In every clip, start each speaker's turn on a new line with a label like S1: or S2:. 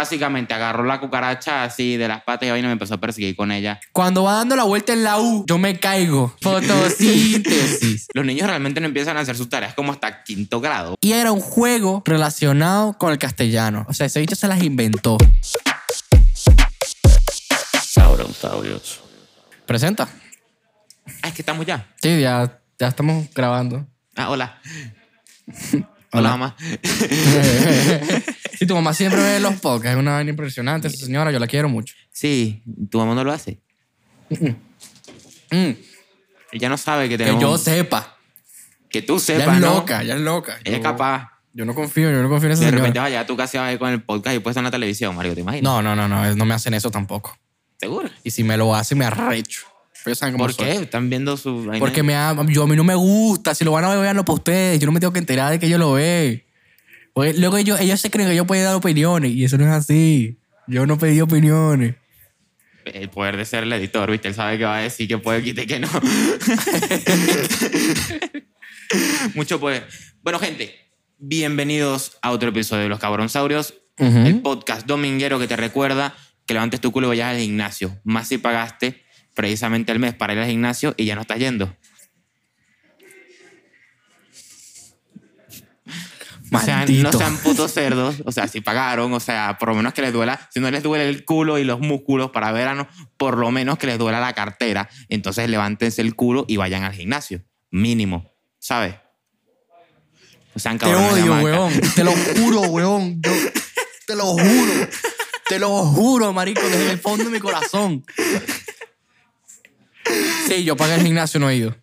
S1: básicamente agarró la cucaracha así de las patas y vaina y me empezó a perseguir con ella.
S2: Cuando va dando la vuelta en la U, yo me caigo. Fotosíntesis.
S1: Los niños realmente no empiezan a hacer sus tareas como hasta quinto grado.
S2: y era un juego relacionado con el castellano. O sea, ese bicho se las inventó.
S3: Sauron Saurios.
S2: Presenta.
S1: Ah, es que estamos ya.
S2: Sí, ya, ya estamos grabando.
S1: Ah, hola.
S2: Hola.
S1: Hola, mamá.
S2: Y tu mamá siempre ve los podcasts. Es una vaina impresionante. Esa señora, yo la quiero mucho.
S1: Sí, tu mamá no lo hace.
S2: Mm,
S1: Ella no sabe que
S2: que
S1: tenemos...
S2: yo sepa.
S1: Que tú
S2: Ella
S1: sepas,
S2: es
S1: ¿no?
S2: loca, ella es loca.
S1: Ella es
S2: Yo-
S1: capaz.
S2: Yo no confío, yo no confío en esa
S1: De
S2: señora.
S1: repente vaya a tu casa y va a ir con el podcast y puesto en la televisión, Mario, ¿te imaginas?
S2: No, no, no, no. No me hacen eso tampoco.
S1: ¿Seguro?
S2: Y si me lo hacen, me arrecho. Pero ellos saben cómo
S1: ¿Por
S2: soy.
S1: qué? Están viendo su... vaina.
S2: Porque me ama- yo, a mí no me gusta. Si lo van a ver, veanlo para ustedes. Yo no me tengo que enterar de que ellos lo ven. Porque luego ellos, ellos se creen que yo puedo dar opiniones. Y eso no es así. Yo no pedí opiniones.
S1: El poder de ser el editor, ¿viste? Él sabe que va a decir que puede quitar y que no. Mucho poder. Bueno, gente, bienvenidos a otro episodio de Los Cabronsaurios,
S2: Ujú.
S1: el podcast dominguero que te recuerda que levantes tu culo y vayas al gimnasio. Más si pagaste precisamente el mes para ir al gimnasio y ya no estás yendo. O sea,
S2: Maldito.
S1: no sean putos cerdos, o sea, si pagaron, o sea, por lo menos que les duela, si no les duele el culo y los músculos para verano, por lo menos que les duela la cartera, entonces levántense el culo y vayan al gimnasio, mínimo, ¿sabes? No sean
S2: Te
S1: cabrones de
S2: odio,
S1: hamaca.
S2: weón. Te lo juro, weón. Yo- te lo juro. Te lo juro, marico, desde el fondo de mi corazón. Sí, yo pagué el gimnasio, no he ido.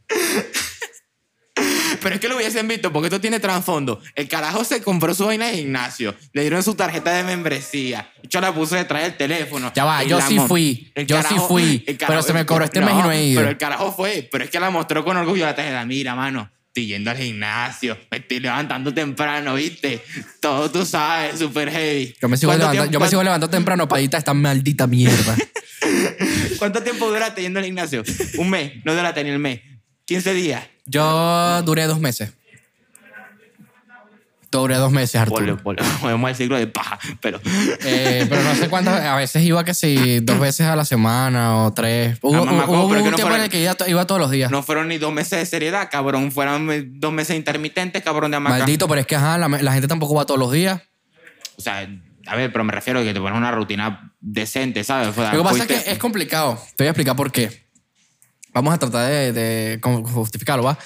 S1: Pero es que lo hubiesen visto, porque esto tiene trasfondo. El carajo se compró su vaina de gimnasio, le dieron su tarjeta de membresía, yo la puso detrás del teléfono.
S2: Ya va,
S1: El
S2: yo sí
S1: lamón.
S2: fui,
S1: El
S2: yo sí fui,
S1: el
S2: pero se me cobró este mes y no he ido.
S1: Pero el carajo fue, pero es que la mostró con orgullo la tarjeta. Mira, mano, estoy yendo al gimnasio, me estoy levantando temprano, ¿viste? Todo tú sabes, super heavy.
S2: Yo me sigo,
S1: ¿Cuánto
S2: levantando,
S1: tiempo-
S2: yo me sigo levantando temprano para irte a esta maldita mierda.
S1: ¿Cuánto tiempo duraste yendo al gimnasio? Un mes, no duraste ni el mes. 15 días.
S2: Yo duré dos meses. Duré dos meses, Arturo.
S1: Volvemos volvemos al ciclo de paja, pero...
S2: Eh, pero no sé cuántas. A veces iba que si dos veces a la semana o tres. Hubo,
S1: Ah, mamá,
S2: hubo-
S1: ¿cómo?
S2: hubo
S1: Pero
S2: un
S1: que no
S2: tiempo en
S1: fueron-
S2: el que iba, to- iba todos los días.
S1: No fueron ni dos meses de seriedad, cabrón. Fueron eh, dos meses intermitentes, cabrón de hamaca.
S2: Maldito, pero es que ajá, la, la gente tampoco va todos los días.
S1: O sea, a ver, pero me refiero a que te pones una rutina decente, ¿sabes? O sea,
S2: Lo que pasa es
S1: Ah, fuiste-
S2: que es complicado. Te voy a explicar por qué. Vamos a tratar de, de como justificarlo, ¿va?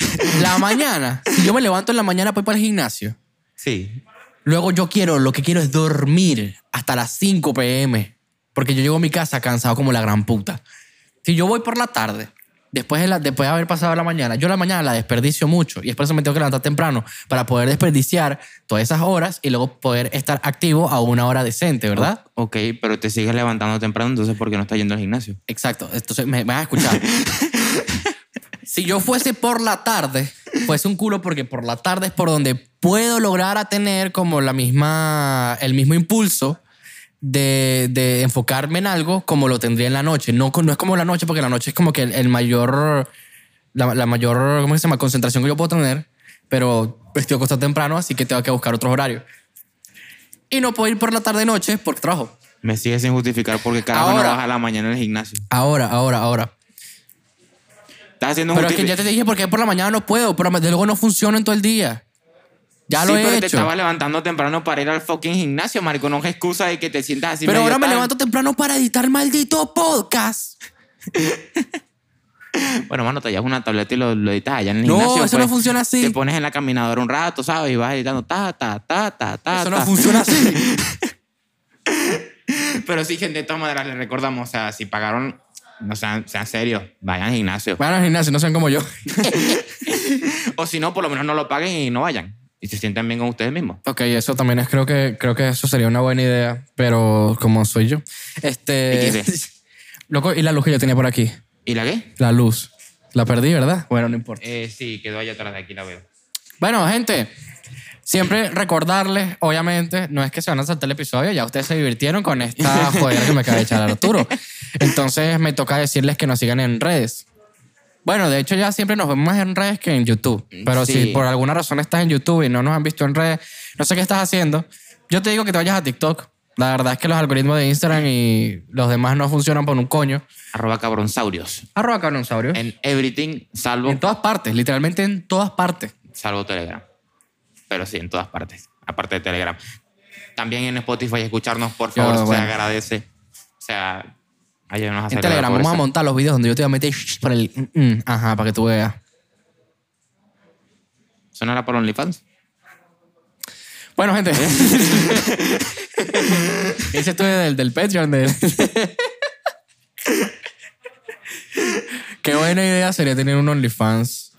S2: La mañana, si yo me levanto en la mañana para ir para el gimnasio,
S1: Sí.
S2: Luego yo quiero, lo que quiero es dormir hasta las 5 pm, porque yo llego a mi casa cansado como la gran puta. Si yo voy por la tarde, después de, la- después de haber pasado la mañana, yo la mañana la desperdicio mucho y es por eso me tengo que levantar temprano para poder desperdiciar todas esas horas y luego poder estar activo a una hora decente, ¿verdad?
S1: Ok, pero te sigues levantando temprano, entonces ¿por qué no estás yendo al gimnasio?
S2: Exacto, entonces me, me vas a escuchar. si yo fuese por la tarde, fuese un culo porque por la tarde es por donde puedo lograr a tener como la misma, el mismo impulso de, de enfocarme en algo como lo tendría en la noche. No, con- no es como la noche porque la noche es como que el, el mayor, la, la mayor, ¿cómo se llama? Concentración que yo puedo tener, pero pues, estoy acostado temprano, así que tengo que buscar otros horarios. Y no puedo ir por la tarde-noche porque trabajo.
S1: Me sigues sin justificar porque carajo
S2: Ahora-
S1: no vas a la mañana al gimnasio.
S2: Ahora, ahora, ahora.
S1: Estás haciendo
S2: Pero es que
S1: justific-
S2: ya te dije porque por la mañana no puedo, pero desde luego no funciona en todo el día. Ya
S1: sí,
S2: lo
S1: pero
S2: he
S1: te
S2: hecho.
S1: estabas levantando temprano para ir al fucking gimnasio, marico. No es excusa de que te sientas así
S2: pero
S1: medio
S2: ahora me
S1: tal.
S2: levanto temprano para editar el maldito podcast.
S1: Bueno, mano, te llevas una tableta y lo, lo editas allá en el
S2: No,
S1: gimnasio. pues.
S2: eso no funciona así.
S1: Te pones en la caminadora un rato, ¿sabes? Y vas editando ta, ta, ta, ta, ta.
S2: Eso no
S1: ta.
S2: funciona así.
S1: Pero sí, gente, de todas maneras, les recordamos, o sea, si pagaron, no sean, sean serios, vayan al gimnasio.
S2: Vayan al gimnasio, no sean como yo.
S1: O si no, por lo menos no lo paguen y no vayan. Y se sientan bien con ustedes mismos.
S2: ok, eso también es, creo que, creo que eso sería una buena idea, pero como soy yo. Este.
S1: XD.
S2: Loco, y la luz que yo tenía por aquí.
S1: ¿Y la qué?
S2: La luz. La perdí, ¿verdad? Bueno, no importa.
S1: Eh, sí, quedó allá atrás de aquí, la veo.
S2: Bueno, gente, siempre recordarles, obviamente, no es que se van a saltar el episodio, ya ustedes se divirtieron con esta jodera que me acaba de echar Arturo. Entonces me toca decirles que nos sigan en redes. Bueno, de hecho ya siempre nos vemos más en redes que en YouTube. Pero
S1: Sí.
S2: si por alguna razón estás en YouTube y no nos han visto en redes, no sé qué estás haciendo, yo te digo que te vayas a TikTok. La verdad es que los algoritmos de Instagram y los demás no funcionan por un coño.
S1: Arroba cabronsaurios.
S2: Arroba cabronsaurios. En,
S1: En everything, salvo,
S2: todas partes, literalmente en todas partes.
S1: salvo Telegram. Pero sí, en todas partes. Aparte de Telegram. También en Spotify, escucharnos, por favor,
S2: Yo,
S1: se
S2: Ah, bueno.
S1: agradece. O sea, ayúdenos a
S2: En
S1: salir de la
S2: Telegram vamos a
S1: pobreza.
S2: montar los videos donde yo te voy a meter por el... mm, mm, ajá, para que tú veas.
S1: ¿Eso no era por OnlyFans?
S2: Bueno, gente. Ese tú del, del Patreon. del- Qué buena idea sería tener un OnlyFans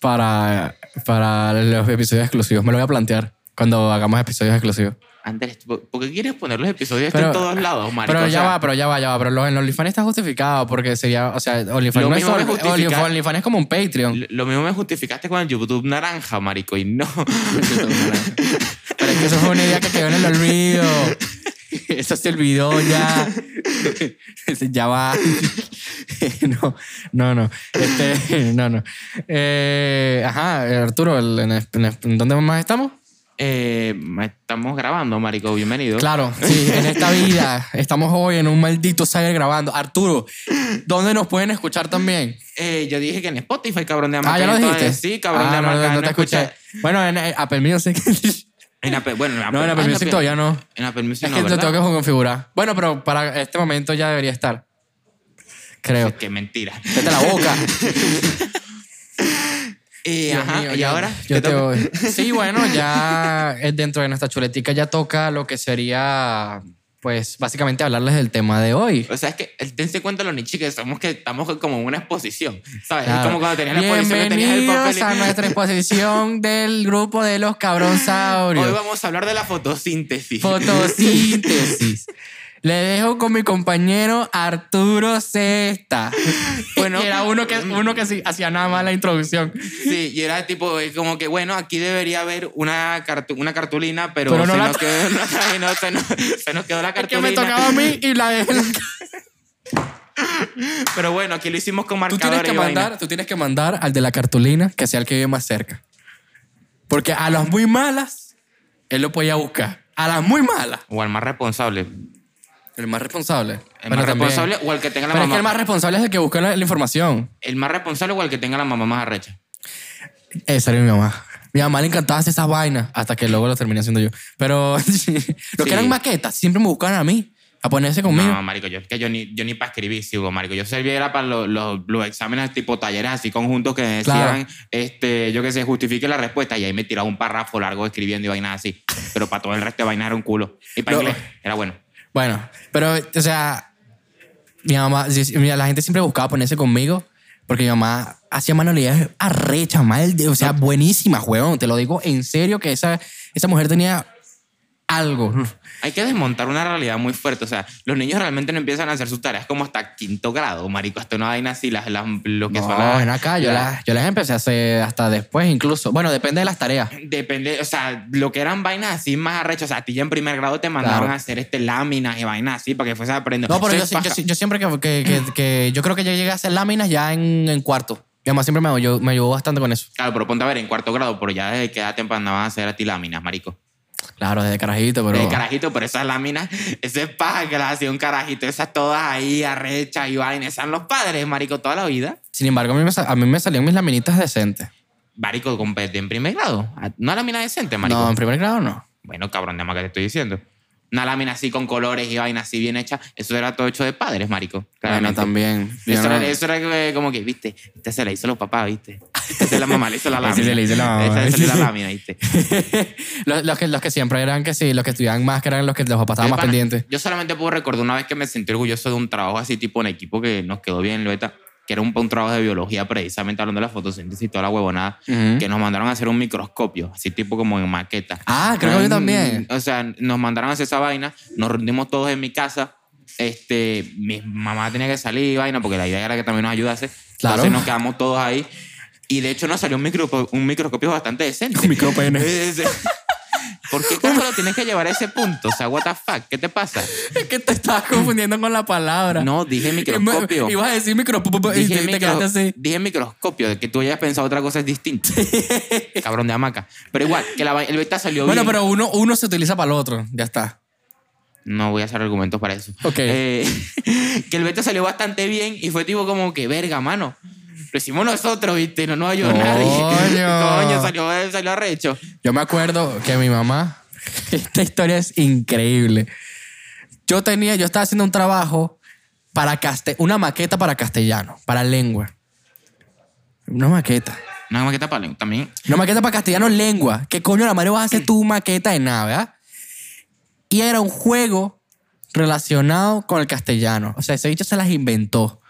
S2: para, para los episodios exclusivos. Me lo voy a plantear cuando hagamos episodios exclusivos.
S1: Andrés, ¿por por qué quieres poner los episodios
S2: Pero-
S1: en todos lados, marico?
S2: pero
S1: O
S2: ya
S1: sea,
S2: va, pero ya va, ya va. Pero lo, en OnlyFans está justificado porque sería, o sea, OnlyFans,
S1: Lo
S2: no es,
S1: mismo
S2: solo-
S1: me justifica-
S2: OnlyFans es como un Patreon.
S1: Lo lo mismo me justificaste con el YouTube naranja, marico, y no.
S2: Pero es que eso es una idea que quedó en el olvido. Eso se olvidó ya. ya va. no, no, no. Este, no, no. Eh, ajá, Arturo, el- en, en- en- ¿dónde más estamos?
S1: Eh, ma- estamos grabando, marico, bienvenido.
S2: Claro, sí, en esta vida. Estamos hoy en un maldito cyber grabando. Arturo, ¿dónde nos pueden escuchar también?
S1: Eh, yo dije que en Spotify, cabrón de
S2: Ah, ya
S1: Amacán.
S2: lo
S1: entonces,
S2: dijiste.
S1: Sí, cabrón
S2: Ah,
S1: de
S2: no,
S1: Amacán.
S2: no, no te
S1: escucha-
S2: escuché. Bueno, en eh, Apple Music.
S1: En Apple, bueno, en Apple,
S2: no, en
S1: ah,
S2: Apple Music todavía no.
S1: En Apple Music
S2: Es
S1: no,
S2: que lo
S1: ¿verdad?
S2: tengo que configurar. Bueno, pero para este momento ya debería estar. Creo.
S1: Qué mentira.
S2: Vete la boca.
S1: Y, ajá,
S2: Dios mío,
S1: y
S2: yo-
S1: ahora...
S2: Yo
S1: ¿Qué
S2: te
S1: toca?
S2: voy. Sí, bueno, ya es dentro de nuestra chuletica ya toca lo que sería, pues, básicamente hablarles del tema de hoy.
S1: O sea, es que eh, dense cuenta los nichis que somos que estamos como en una exposición, ¿sabes? Es
S2: Claro.
S1: como cuando tenías la exposición que tenías el
S2: Bienvenidos
S1: papel
S2: a
S1: y-
S2: nuestra exposición del grupo de los cabronsaurios.
S1: Hoy vamos a hablar de la fotosíntesis.
S2: Fotosíntesis. Le dejo con mi compañero Arturo Cesta.
S1: Bueno. mm.
S2: Bueno, era uno que, uno que sí, hacía nada más la introducción.
S1: Sí, y era tipo, eh, como que, bueno, aquí debería haber una, cartu- una cartulina, pero,
S2: Pero no
S1: se,
S2: la-
S1: nos quedó, no, ay, no, se, nos, se nos quedó la
S2: El que
S1: cartulina.
S2: me tocaba a mí y la de
S1: Pero bueno, aquí lo hicimos con
S2: Tú
S1: marcador
S2: tienes, que
S1: y vaina.
S2: mandar, tú tienes que mandar al de la cartulina que sea el que vive más cerca. Porque a las muy malas, él lo podía buscar. A las muy malas,
S1: O al más responsable. El
S2: el más responsable. Bueno,
S1: más
S2: también.
S1: responsable o al que tenga la
S2: Pero es
S1: mamá.
S2: que el más responsable es el que busca la, la información.
S1: el más responsable o al que tenga la mamá más arrecha.
S2: Esa era Eh, mi mamá. Mi mamá le encantaba hacer esas vainas hasta que luego lo terminé haciendo yo. Pero los que eran maquetas siempre me buscaban a mí a ponerse conmigo.
S1: No, marico, yo, que yo ni, yo ni para escribir, sigo, marico. Yo servía era para los, los, los exámenes tipo talleres así conjuntos que decían, este, yo que sé, justifique la respuesta. Y ahí me tiraba un párrafo largo escribiendo y vainas así. Pero para todo el resto de vainas era un culo. Y para
S2: No.
S1: inglés era bueno.
S2: Bueno, pero, o sea, mi mamá, si- si- mira, la gente siempre buscaba ponerse conmigo porque mi mamá hacía manualidades arrechas, mal, de- o sea, buenísima, huevón. Te lo digo en serio que esa, esa mujer tenía algo.
S1: Hay que desmontar una realidad muy fuerte. O sea, los niños realmente no empiezan a hacer sus tareas como hasta quinto grado, marico. Hasta una vaina así, las, las, lo que
S2: No,
S1: son las...
S2: ven acá, yo,
S1: las-
S2: las, yo las empecé a hacer hasta después incluso. Bueno, depende de las tareas.
S1: Depende, o sea, lo que eran vainas así más arrechas. O sea, a ti ya en primer grado te mandaron
S2: Claro.
S1: a hacer este láminas y vainas así para que fuese aprendiendo.
S2: No, pero
S1: Soy
S2: yo, sí- yo
S1: paja.
S2: sí- yo siempre que, que- que- que- Yo creo que yo llegué a hacer láminas ya en, en cuarto. Mi mamá siempre me, ayudó- me ayudó bastante con eso.
S1: Claro, pero ponte a ver, en cuarto grado, pero ya desde qué edad te mandaban a hacer a ti láminas, marico.
S2: Claro, desde carajito, pero...
S1: Desde carajito, pero esas láminas, ese es paja que las hacía un carajito, esas todas ahí arrechas y vainas. Esas los padres, marico, toda la vida.
S2: Sin embargo, a mí me, sa- a mí me salían mis laminitas decentes.
S1: Marico, con- en primer grado. No lámina decente, marico.
S2: No, en primer grado no.
S1: Bueno, cabrón, nada más que te estoy diciendo. Una lámina así con colores y vaina así bien hecha, eso era todo hecho de padres, marico.
S2: Bueno,
S1: claramente.
S2: también.
S1: Eso,
S2: Yo no-
S1: era, eso era que- como que, viste, esta se la hizo los papás, viste. Esta se la mamá le hizo la
S2: Ese
S1: lámina.
S2: se le hizo la mamá.
S1: Esta se le hizo la lámina, viste.
S2: los, los que, los que siempre eran que sí, los que estudiaban más, que eran los que los papás estaban
S1: Yo,
S2: más
S1: pana,
S2: pendientes.
S1: Yo solamente puedo recordar una vez que me sentí orgulloso de un trabajo así, tipo un equipo que nos quedó bien, Lueta, que era un, un trabajo de biología, precisamente hablando de la fotosíntesis y toda la huevonada,
S2: Ujú.
S1: que nos mandaron a hacer un microscopio, así tipo como en maqueta.
S2: Ah, creo que yo también.
S1: O sea, nos mandaron a hacer esa vaina, nos reunimos todos en mi casa. Este, mi mamá tenía que salir y vaina, porque la idea era que también nos ayudase.
S2: Claro.
S1: Entonces nos quedamos todos ahí. Y de hecho nos salió un, micro, un microscopio bastante decente.
S2: Un micropene.
S1: Es- es- ¿Por qué carajo lo tienes que llevar a ese punto? O sea, what the fuck, ¿qué te pasa?
S2: Es que te estabas confundiendo con la palabra.
S1: No, dije microscopio.
S2: Ibas a decir microscopio y
S1: Dije,
S2: te, te
S1: micro-
S2: quedaste así.
S1: dije microscopio, de que tú hayas pensado otra cosa es distinto. Cabrón de hamaca. Pero igual, que la vai- el beta salió
S2: Bueno,
S1: bien.
S2: pero uno, uno se utiliza para el otro. Ya está.
S1: No voy a hacer argumentos para eso.
S2: Ok.
S1: Eh, que el Beto salió bastante bien y fue tipo como que, verga, mano. Lo hicimos nosotros, ¿viste? No nos ayudó nadie.
S2: Coño.
S1: Coño, salió, salió arrecho.
S2: Yo me acuerdo que mi mamá, esta historia es increíble. Yo tenía, yo estaba haciendo un trabajo para caste, una maqueta para castellano, para lengua. Una maqueta.
S1: Una maqueta para también.
S2: Una maqueta para castellano lengua. ¿Qué coño la madre vas a hacer tu maqueta de nada, verdad? Y era un juego relacionado con el castellano. O sea, ese bicho se las inventó.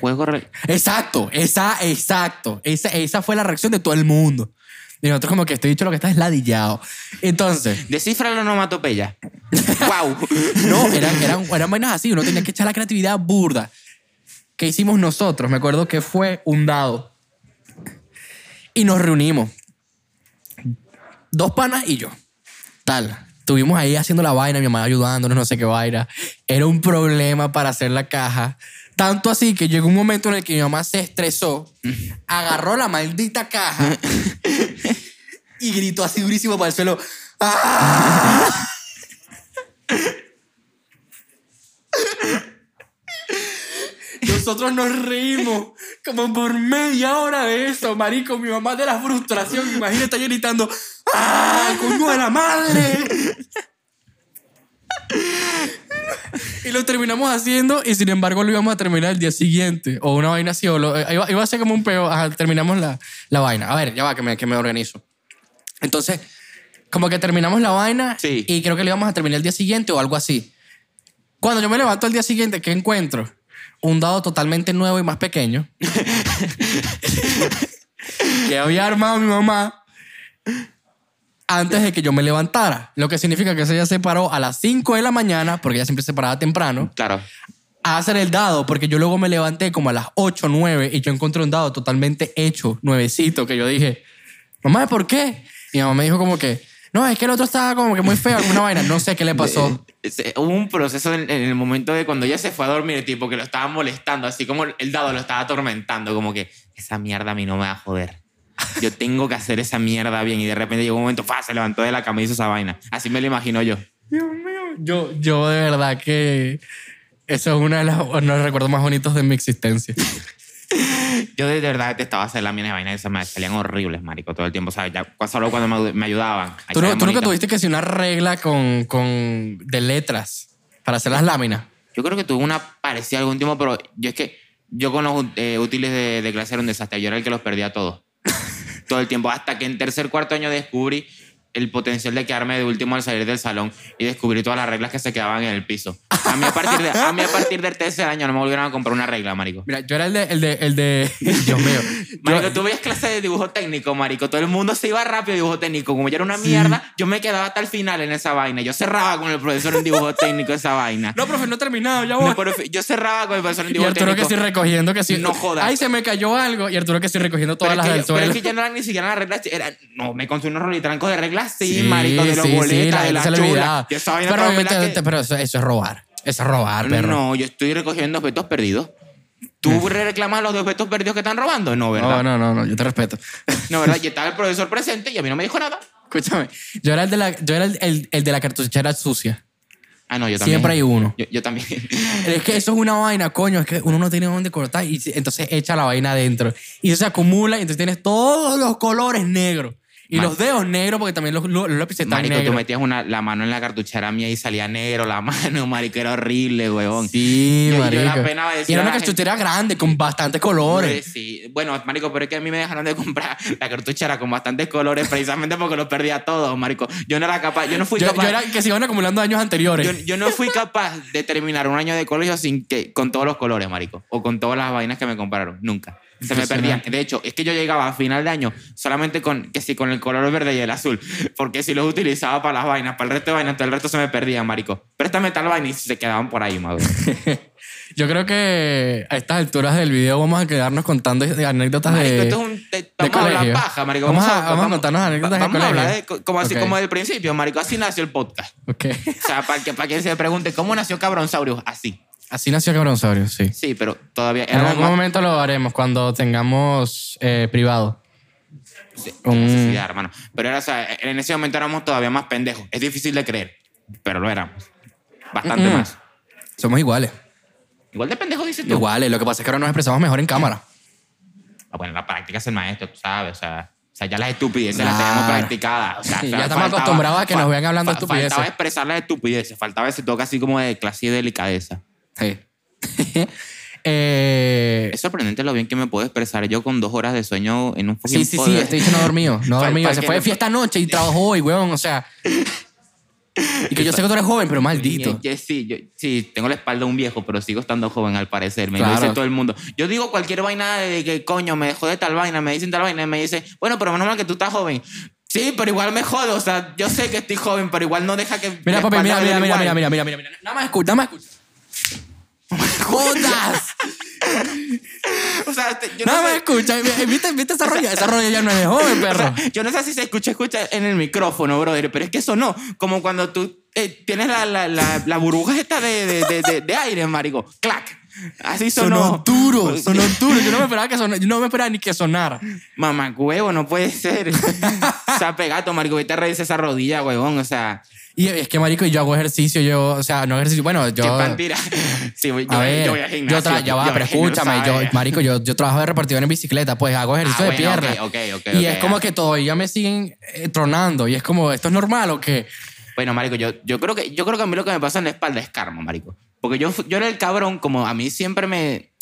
S1: Juego re-
S2: Exacto, esa, exacto. Esa, esa fue la reacción de todo el mundo. Y nosotros como que este bicho lo que está es ladillado. Entonces...
S1: Descifra la onomatopeya. ¡Wow!
S2: No, eran, eran, eran vainas así. Uno tenía que echar la creatividad burda. ¿Qué hicimos nosotros? Me acuerdo que fue un dado. Y nos reunimos. Dos panas y yo. Tal. Estuvimos ahí haciendo la vaina, mi mamá ayudándonos, no sé qué vaina. Era un problema para hacer la caja. Tanto así que llegó un momento en el que mi mamá se estresó, agarró la maldita caja y gritó así durísimo para el suelo. ¡Ah! Nosotros nos reímos como por media hora de eso, marico. Mi mamá de la frustración, imagínate, yo gritando, ¡ah, coño de la madre! Y lo terminamos haciendo y sin embargo lo íbamos a terminar el día siguiente o una vaina así o lo- eh, iba, iba a ser como un peo, Ajá, terminamos la, la vaina. A ver, ya va, que me, que me organizo. Entonces, como que terminamos la vaina
S1: Sí.
S2: y creo que lo íbamos a terminar el día siguiente o algo así. Cuando yo me levanto al día siguiente, ¿qué encuentro? Un dado totalmente nuevo y más pequeño que había armado mi mamá antes de que yo me levantara. Lo que significa que ella se paró a las 5 de la mañana, porque ella siempre se paraba temprano,
S1: Claro.
S2: a hacer el dado, porque yo luego me levanté como a las 8, 9 y yo encontré un dado totalmente hecho, nuevecito, que yo dije, mamá, ¿por qué? Y mi mamá me dijo como que, no, es que el otro estaba como que muy feo, alguna vaina, no sé qué le pasó.
S1: Eh, se- Hubo un proceso en, en el momento de cuando ella se fue a dormir, tipo que lo estaba molestando, así como el dado lo estaba atormentando, como que esa mierda a mí no me va a joder. Yo tengo que hacer esa mierda bien. Y de repente llegó un momento, ¡fa! se levantó de la cama y hizo esa vaina. Así me lo imagino yo.
S2: Dios mío, yo, yo de verdad que eso es uno de los, uno de los recuerdos más bonitos de mi existencia.
S1: Yo de verdad estaba hacer la mierda de vaina, esas me salían horribles, marico, todo el tiempo, ¿sabes? Ya, solo cuando me, me ayudaban. Ahí
S2: ¿Tú, no,
S1: salían
S2: tú nunca
S1: bonitas.
S2: tuviste que hacer una regla con, con, de letras para hacer las láminas?
S1: Yo creo que tuve una parecida algún tiempo, pero yo es que yo con los eh, útiles de, de clase era un desastre. Yo era el que los perdía todos. Todo el tiempo. Hasta que en tercer, cuarto año descubrí el potencial de quedarme de último al salir del salón y descubrí todas las reglas que se quedaban en el piso. A mí a partir, de, a mí a partir del tercer año no me volvieron a comprar una regla, marico.
S2: Mira, yo era el de... El de, el de Dios mío. Yo-
S1: Marico, tú veías clase de dibujo técnico, marico. Todo el mundo se iba rápido a dibujo técnico. Como yo era una mierda, yo me quedaba hasta el final en esa vaina. Yo cerraba con el profesor en dibujo técnico esa vaina.
S2: no, profe, no he terminado, ya voy.
S1: No, profe, yo cerraba con el profesor en
S2: y
S1: dibujo
S2: Arturo que
S1: técnico.
S2: sí recogiendo, que sí...
S1: No jodas.
S2: Ay, se me cayó algo. Y Arturo que sí recogiendo todas
S1: pero
S2: las
S1: es que
S2: del
S1: yo- Pero
S2: suelo.
S1: es que ya no eran ni siquiera las reglas. Era, no, me conseguí unos rolitrancos de reglas, sí,
S2: Sí,
S1: marico, de los
S2: sí, sí,
S1: boletas,
S2: la
S1: de
S2: gente
S1: las
S2: se le
S1: chulas.
S2: olvidaba.
S1: Yo esa vaina
S2: Pero,
S1: toda me la
S2: te-
S1: que-
S2: te- pero eso, eso es robar. Eso es robar, perro.
S1: No, yo estoy recogiendo objetos perdidos. ¿Tú reclamas los objetos perdidos que están robando? No,
S2: no,
S1: ¿verdad? No,
S2: no, no, no, yo te respeto.
S1: ¿verdad? Y estaba el profesor presente y a mí no me dijo nada.
S2: Escúchame, yo era el de la, yo era el, el- el de la cartuchera sucia.
S1: Ah, no, yo también.
S2: Siempre hay uno.
S1: Yo, yo también.
S2: Es que eso es una vaina, coño. Es que uno no tiene dónde cortar y se- entonces echa la vaina adentro. Y eso se acumula y entonces tienes todos los colores negros. Y
S1: Mar-
S2: los dedos negros porque también los, los lápices están
S1: Marico, tú
S2: negros.
S1: metías una, la mano en la cartuchera mía y salía negro la mano, marico, era horrible, weón.
S2: Sí,
S1: Yo- yo
S2: marico.
S1: era pena decir
S2: Y era
S1: a
S2: una
S1: la gente-
S2: cartuchera grande con bastantes colores.
S1: Hombre, sí. Bueno, marico, pero es que a mí me dejaron de comprar la cartuchera con bastantes colores precisamente porque los perdía todos, marico. Yo no era capaz, yo no fui
S2: Yo,
S1: capaz.
S2: yo era que se iban acumulando años anteriores.
S1: yo- yo no fui capaz de terminar un año de colegio sin que con todos los colores, marico, o con todas las vainas que me compraron, nunca. Se me perdían.
S2: Impresionante.
S1: De hecho, es que yo llegaba a final de año solamente con que si con el color verde y el azul, porque si los utilizaba para las vainas, para el resto de vainas, todo el resto se me perdía, marico. Préstame tal vaina y se quedaban por ahí, madre.
S2: Yo creo que a estas alturas del video vamos a quedarnos contando de- anécdotas
S1: Marico,
S2: de...
S1: esto es un. te- vamos a hablar
S2: colegio.
S1: paja, marico.
S2: Vamos a- vamos a contarnos anécdotas de
S1: Vamos a hablar
S2: colegio.
S1: de- como así,
S2: Ok.
S1: como del principio, marico. Así nació el podcast.
S2: Ok.
S1: O sea, para que, para que se pregunte cómo nació Cabronsaurios, así.
S2: Así nació Cabronsario, sí.
S1: Sí, pero todavía.
S2: En algún
S1: más-
S2: momento lo haremos cuando tengamos eh, privado.
S1: Sí,
S2: Mm.
S1: necesidad, hermano. Pero era, o sea, en ese momento éramos todavía más pendejos. Es difícil de creer, pero lo éramos. Bastante
S2: Mm-mm.
S1: más.
S2: Somos iguales.
S1: Igual de pendejo dices tú.
S2: Iguales. eh, Lo que pasa es que ahora nos expresamos mejor en cámara.
S1: Ah, Bueno, la práctica es el maestro, tú sabes. O sea, o sea ya las estupideces las
S2: Claro.
S1: tenemos practicadas. O sea,
S2: Sí,
S1: o sea,
S2: ya estamos
S1: faltaba-
S2: acostumbrados a que nos vean hablando estupideces.
S1: Faltaba expresar las estupideces. Faltaba ese toque así como de clase y delicadeza.
S2: Sí. Eh,
S1: Es sorprendente lo bien que me puedo expresar yo con dos horas de sueño en un
S2: sí,
S1: fucking
S2: sí, sí.
S1: podcast.
S2: Este dicho no ha dormido. No ha
S1: Pa-
S2: dormido.
S1: pa-
S2: Se
S1: que-
S2: fue de fiesta anoche y trabajó hoy, weón. O sea. Y que yo sé que tú eres joven, pero maldito.
S1: Yo- yo- sí, yo- sí, tengo la espalda de un viejo, pero sigo estando joven al parecer. Me lo
S2: Claro.
S1: dice todo el mundo. Yo digo cualquier vaina de que, coño, me dejó de tal vaina, me dicen tal vaina, y me dicen, bueno, pero menos mal que tú estás joven. Sí, pero igual me jodo. O sea, yo sé que estoy joven, pero igual no deja que.
S2: Mira,
S1: la
S2: papi,
S1: espalda me
S2: mira, mira,
S1: dé
S2: mira,
S1: igual.
S2: mira, mira, mira, mira, mira. Nada más escucha, nada más escucha. ¡Jodas!
S1: O sea, te- yo,
S2: Nada
S1: no
S2: más
S1: sé,
S2: escucha. ¿Viste, viste esa rolla? Esa rolla ya no es joven,
S1: o
S2: perro.
S1: sea, yo no sé si se escucha, escucha en el micrófono, brother, pero es que eso no. Como cuando tú eh, tienes la, la, la, la burbuja esta de, de, de, de- de aire, marico. ¡Clac! Así
S2: Sonó
S1: sonó.
S2: duro, sonó duro. Yo no me esperaba que sonara, yo no me esperaba ni que sonara.
S1: Mamá, huevo, no puede ser. o sea, pegato, marico, vete a reírse esa rodilla, huevón. O sea,
S2: Y es que, marico, yo hago ejercicio, yo, o sea, no ejercicio, bueno, yo...
S1: qué mentira. Sí, voy- yo,
S2: A ver,
S1: yo voy al gimnasio.
S2: yo tra- ya va,
S1: yo
S2: pero
S1: al gimnasio,
S2: escúchame, yo,
S1: ¿sabes?
S2: marico, yo, yo trabajo de repartidor en bicicleta, pues hago ejercicio
S1: Ah,
S2: de
S1: bueno,
S2: pierna.
S1: ok, ok, ah. ok,
S2: y es
S1: ok.
S2: como que todavía me siguen eh, tronando y es como, ¿esto es normal o qué?
S1: Bueno, marico, yo, yo, creo que, yo creo que a mí lo que me pasa en la espalda es karma, marico. Porque yo, fu- yo era el cabrón, como a mí siempre me...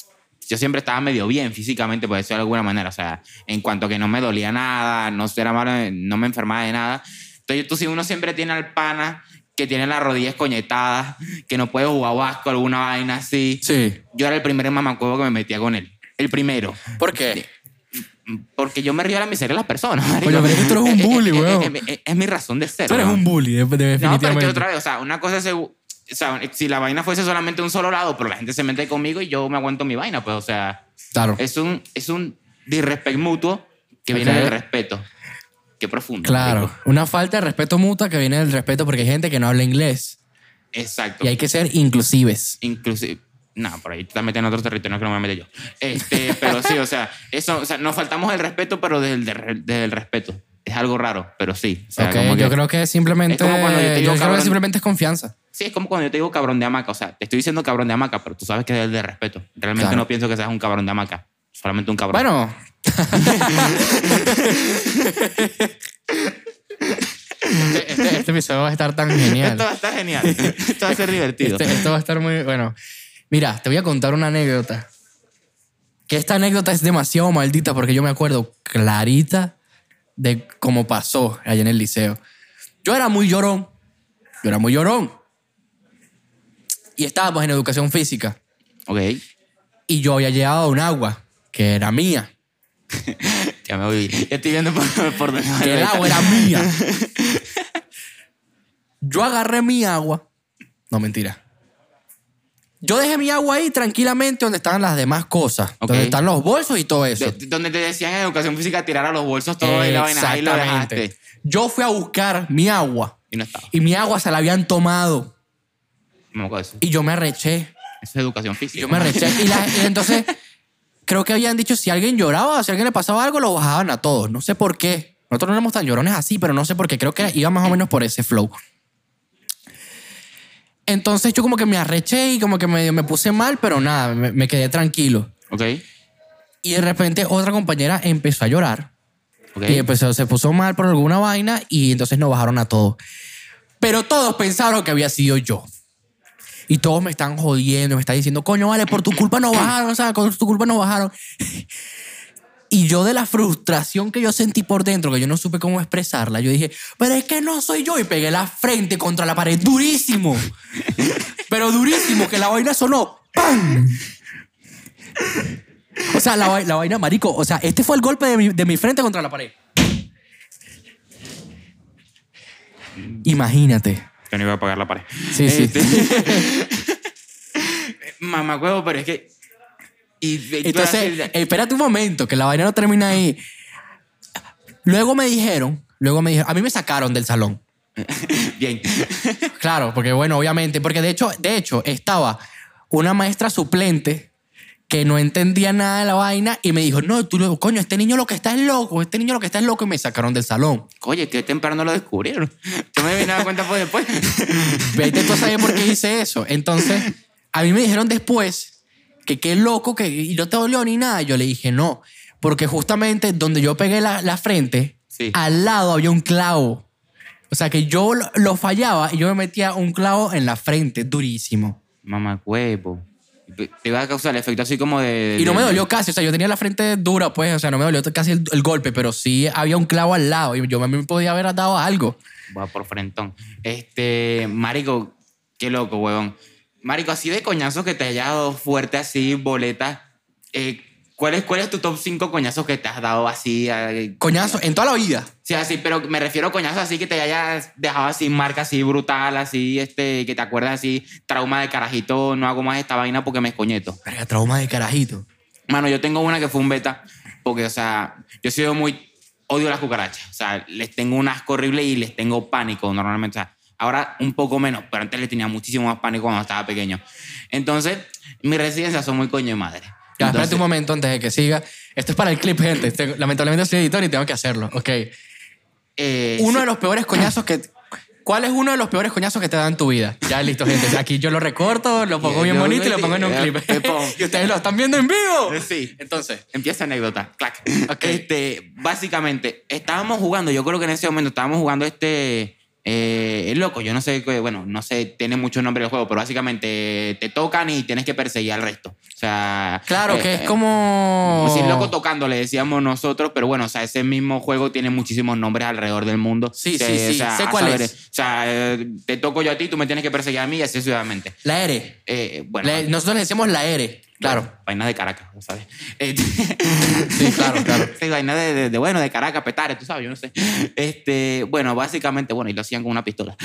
S1: Yo siempre estaba medio bien físicamente, por decirlo de alguna manera. O sea, en cuanto a que no me dolía nada, no, era malo, no me enfermaba de nada. Entonces, tú, si uno siempre tiene al pana que tiene las rodillas coñetadas, que no puede jugar vasco, alguna vaina así.
S2: Sí.
S1: Yo era el primer mamacuevo que me metía con él. El primero.
S2: ¿Por qué?
S1: Porque yo me río de la miseria de las personas.
S2: Coño, pero es que tú eres un bully,
S1: Es- es-
S2: weón.
S1: Es, es- es mi razón de ser.
S2: Tú eres
S1: weón.
S2: un bully, de- de-
S1: No, pero es
S2: definitivamente.
S1: que otra vez, o sea, una cosa es... segu- O sea, si la vaina fuese solamente un solo lado, pero la gente se mete conmigo y yo me aguanto mi vaina, pues, o sea,
S2: Claro.
S1: es un, es un disrespect mutuo que viene
S2: Ok.
S1: del respeto. Qué profundo.
S2: Claro,
S1: marico.
S2: una falta de respeto mutua que viene del respeto porque hay gente que no habla inglés
S1: Exacto.
S2: y hay que ser inclusives.
S1: inclusive no, por ahí te estás metiendo en otro territorio que no me voy a meter yo. Este, pero sí, o sea, eso, o sea, nos faltamos el respeto, pero desde el, desde el respeto. Es algo raro, pero sí. O sea,
S2: Ok,
S1: como
S2: yo
S1: que-
S2: creo que simplemente
S1: Es como cuando yo te digo,
S2: creo que
S1: cabrón.
S2: simplemente es confianza.
S1: Sí, es como cuando yo te digo cabrón de hamaca. O sea, te estoy diciendo cabrón de hamaca, pero tú sabes que es el de respeto. Realmente
S2: Claro.
S1: no pienso que seas un cabrón de hamaca. Solamente un cabrón.
S2: Bueno. este, este- este episodio va a estar tan
S1: esto
S2: genial.
S1: va a estar genial. esto va a ser divertido.
S2: Este- esto va a estar muy bueno. Mira, te voy a contar una anécdota. Que esta anécdota es demasiado maldita porque yo me acuerdo clarita de cómo pasó allá en el liceo. Yo era muy llorón. Yo era muy llorón. Y estábamos en educación física.
S1: Ok,
S2: Y yo había llevado un agua que era mía.
S1: ya me voy. Ya estoy viendo por, por dónde va
S2: que el
S1: la
S2: agua era mía. Yo agarré mi agua. No, mentira. Yo dejé mi agua ahí tranquilamente donde estaban las demás cosas.
S1: Ok.
S2: Donde están los bolsos y todo eso.
S1: vida. De- Donde te decían en educación física tirar a los bolsos todo y la vaina. Ahí lo dejaste.
S2: Yo fui a buscar mi agua.
S1: Y no estaba.
S2: Y mi agua se la habían tomado.
S1: No me acuerdo de eso.
S2: Y yo me arreché.
S1: Eso es educación física.
S2: Yo me arreché. Y, la- y entonces, creo que habían dicho si alguien lloraba o si alguien le pasaba algo, lo bajaban a todos. No sé por qué. Nosotros no éramos tan llorones así, pero no sé por qué. Creo que iba más o menos por ese flow. Entonces yo como que me arreché y como que medio me puse mal, pero nada, me- me quedé tranquilo.
S1: Ok,
S2: Y de repente otra compañera empezó a llorar.
S1: ok.
S2: Y empezó, se puso mal por alguna vaina y entonces nos bajaron a todos. Pero todos pensaron que había sido yo. Y todos me están jodiendo, me están diciendo, coño, vale, por tu culpa nos bajaron, o sea, por tu culpa nos bajaron. Y yo de la frustración que yo sentí por dentro, que yo no supe cómo expresarla, yo dije, pero es que no soy yo. Y pegué la frente contra la pared durísimo. pero durísimo, que la vaina sonó. ¡Pam! O sea, la, vai- la vaina, marico. O sea, este fue el golpe de mi, de mi frente contra la pared. Imagínate.
S1: Yo no iba a pagar la pared. Este-
S2: Sí, sí.
S1: Mamá, huevo, pero es que. Y de-
S2: Entonces, espérate un momento, que la vaina no termina ahí. Luego me dijeron, luego me dijeron, a mí me sacaron del salón. eh,
S1: bien.
S2: Claro, porque bueno, obviamente, porque de hecho, de hecho estaba una maestra suplente que no entendía nada de la vaina y me dijo, no, tú, lo- coño, este niño lo que está es loco, este niño lo que está es loco y me sacaron del salón.
S1: Oye, tío, temprano lo descubrieron. Yo me vine a dar cuenta fue después.
S2: Vete tú a saber por qué hice eso. Entonces, a mí me dijeron después que qué loco, que y no te dolió ni nada. Yo le dije no, porque justamente donde yo pegué la, la frente,
S1: Sí.
S2: al lado había un clavo. O sea que yo lo, lo fallaba y yo me metía un clavo en la frente, durísimo.
S1: Mamá huevo. Te iba a causar el efecto así como de...
S2: Y no me
S1: de-
S2: dolió casi, o sea, yo tenía la frente dura, pues, o sea, no me dolió casi el, el golpe, pero sí había un clavo al lado y yo me podía haber atado a algo.
S1: Va por frentón. Este, marico, qué loco, huevón. Marico, así de coñazos que te hayas dado fuerte así, boleta. eh, ¿cuál, es, ¿Cuál es tu top 5 coñazos que te has dado así? eh,
S2: Coñazo, en toda la vida.
S1: Sí, así, pero me refiero a coñazos así que te hayas dejado así marca así brutal, así, este, que te acuerdas así, trauma de carajito, no hago más esta vaina porque me escoñeto.
S2: Verga, trauma de carajito.
S1: Mano, yo tengo una que fue un beta, porque, o sea, yo soy muy. Odio las cucarachas. O sea, les tengo un asco horrible y les tengo pánico normalmente. O sea, ahora un poco menos, pero antes les tenía muchísimo más pánico cuando estaba pequeño. Entonces, mis residencias son muy coño de madre.
S2: Ya,
S1: Entonces-
S2: espérate un momento antes de que siga. Esto es para el clip, gente. Tengo- lamentablemente soy editor y tengo que hacerlo. Ok.
S1: Eh,
S2: Uno de los peores coñazos que... ¿Cuál es uno de los peores coñazos que te dan en tu vida? Ya, listo, gente. Aquí yo lo recorto, lo pongo
S1: Yo-
S2: bien
S1: yo-
S2: bonito y lo pongo en un
S1: eh,
S2: clip.
S1: eh, pon.
S2: y ustedes lo están viendo en vivo.
S1: sí. Sí.
S2: Entonces,
S1: Empieza anécdota. Clac.
S2: Ok.
S1: Este, básicamente, estábamos jugando, yo creo que en ese momento estábamos jugando este. eh, el loco, yo no sé, qué- bueno, no sé, tiene mucho nombre el juego, pero básicamente eh, te tocan y tienes que perseguir al resto. O sea.
S2: claro
S1: eh,
S2: que es como...
S1: Sí, loco tocando, le decíamos nosotros, pero bueno, o sea, ese mismo juego tiene muchísimos nombres alrededor del mundo.
S2: Sí,
S1: Se-
S2: sí, sí,
S1: o sea,
S2: sé
S1: a
S2: cuál
S1: saber,
S2: es.
S1: O sea, eh, te toco yo a ti, tú me tienes que perseguir a mí y así sucesivamente.
S2: La R.
S1: Eh, bueno,
S2: La- nosotros le decimos la R. Claro.
S1: Vainas de Caracas, ¿sabes? Eh,
S2: Sí, claro, claro.
S1: Sí, vaina de, de- de, bueno, de Caracas, petares, tú sabes, yo no sé. Este, bueno, básicamente, bueno, y lo hacían con una pistola.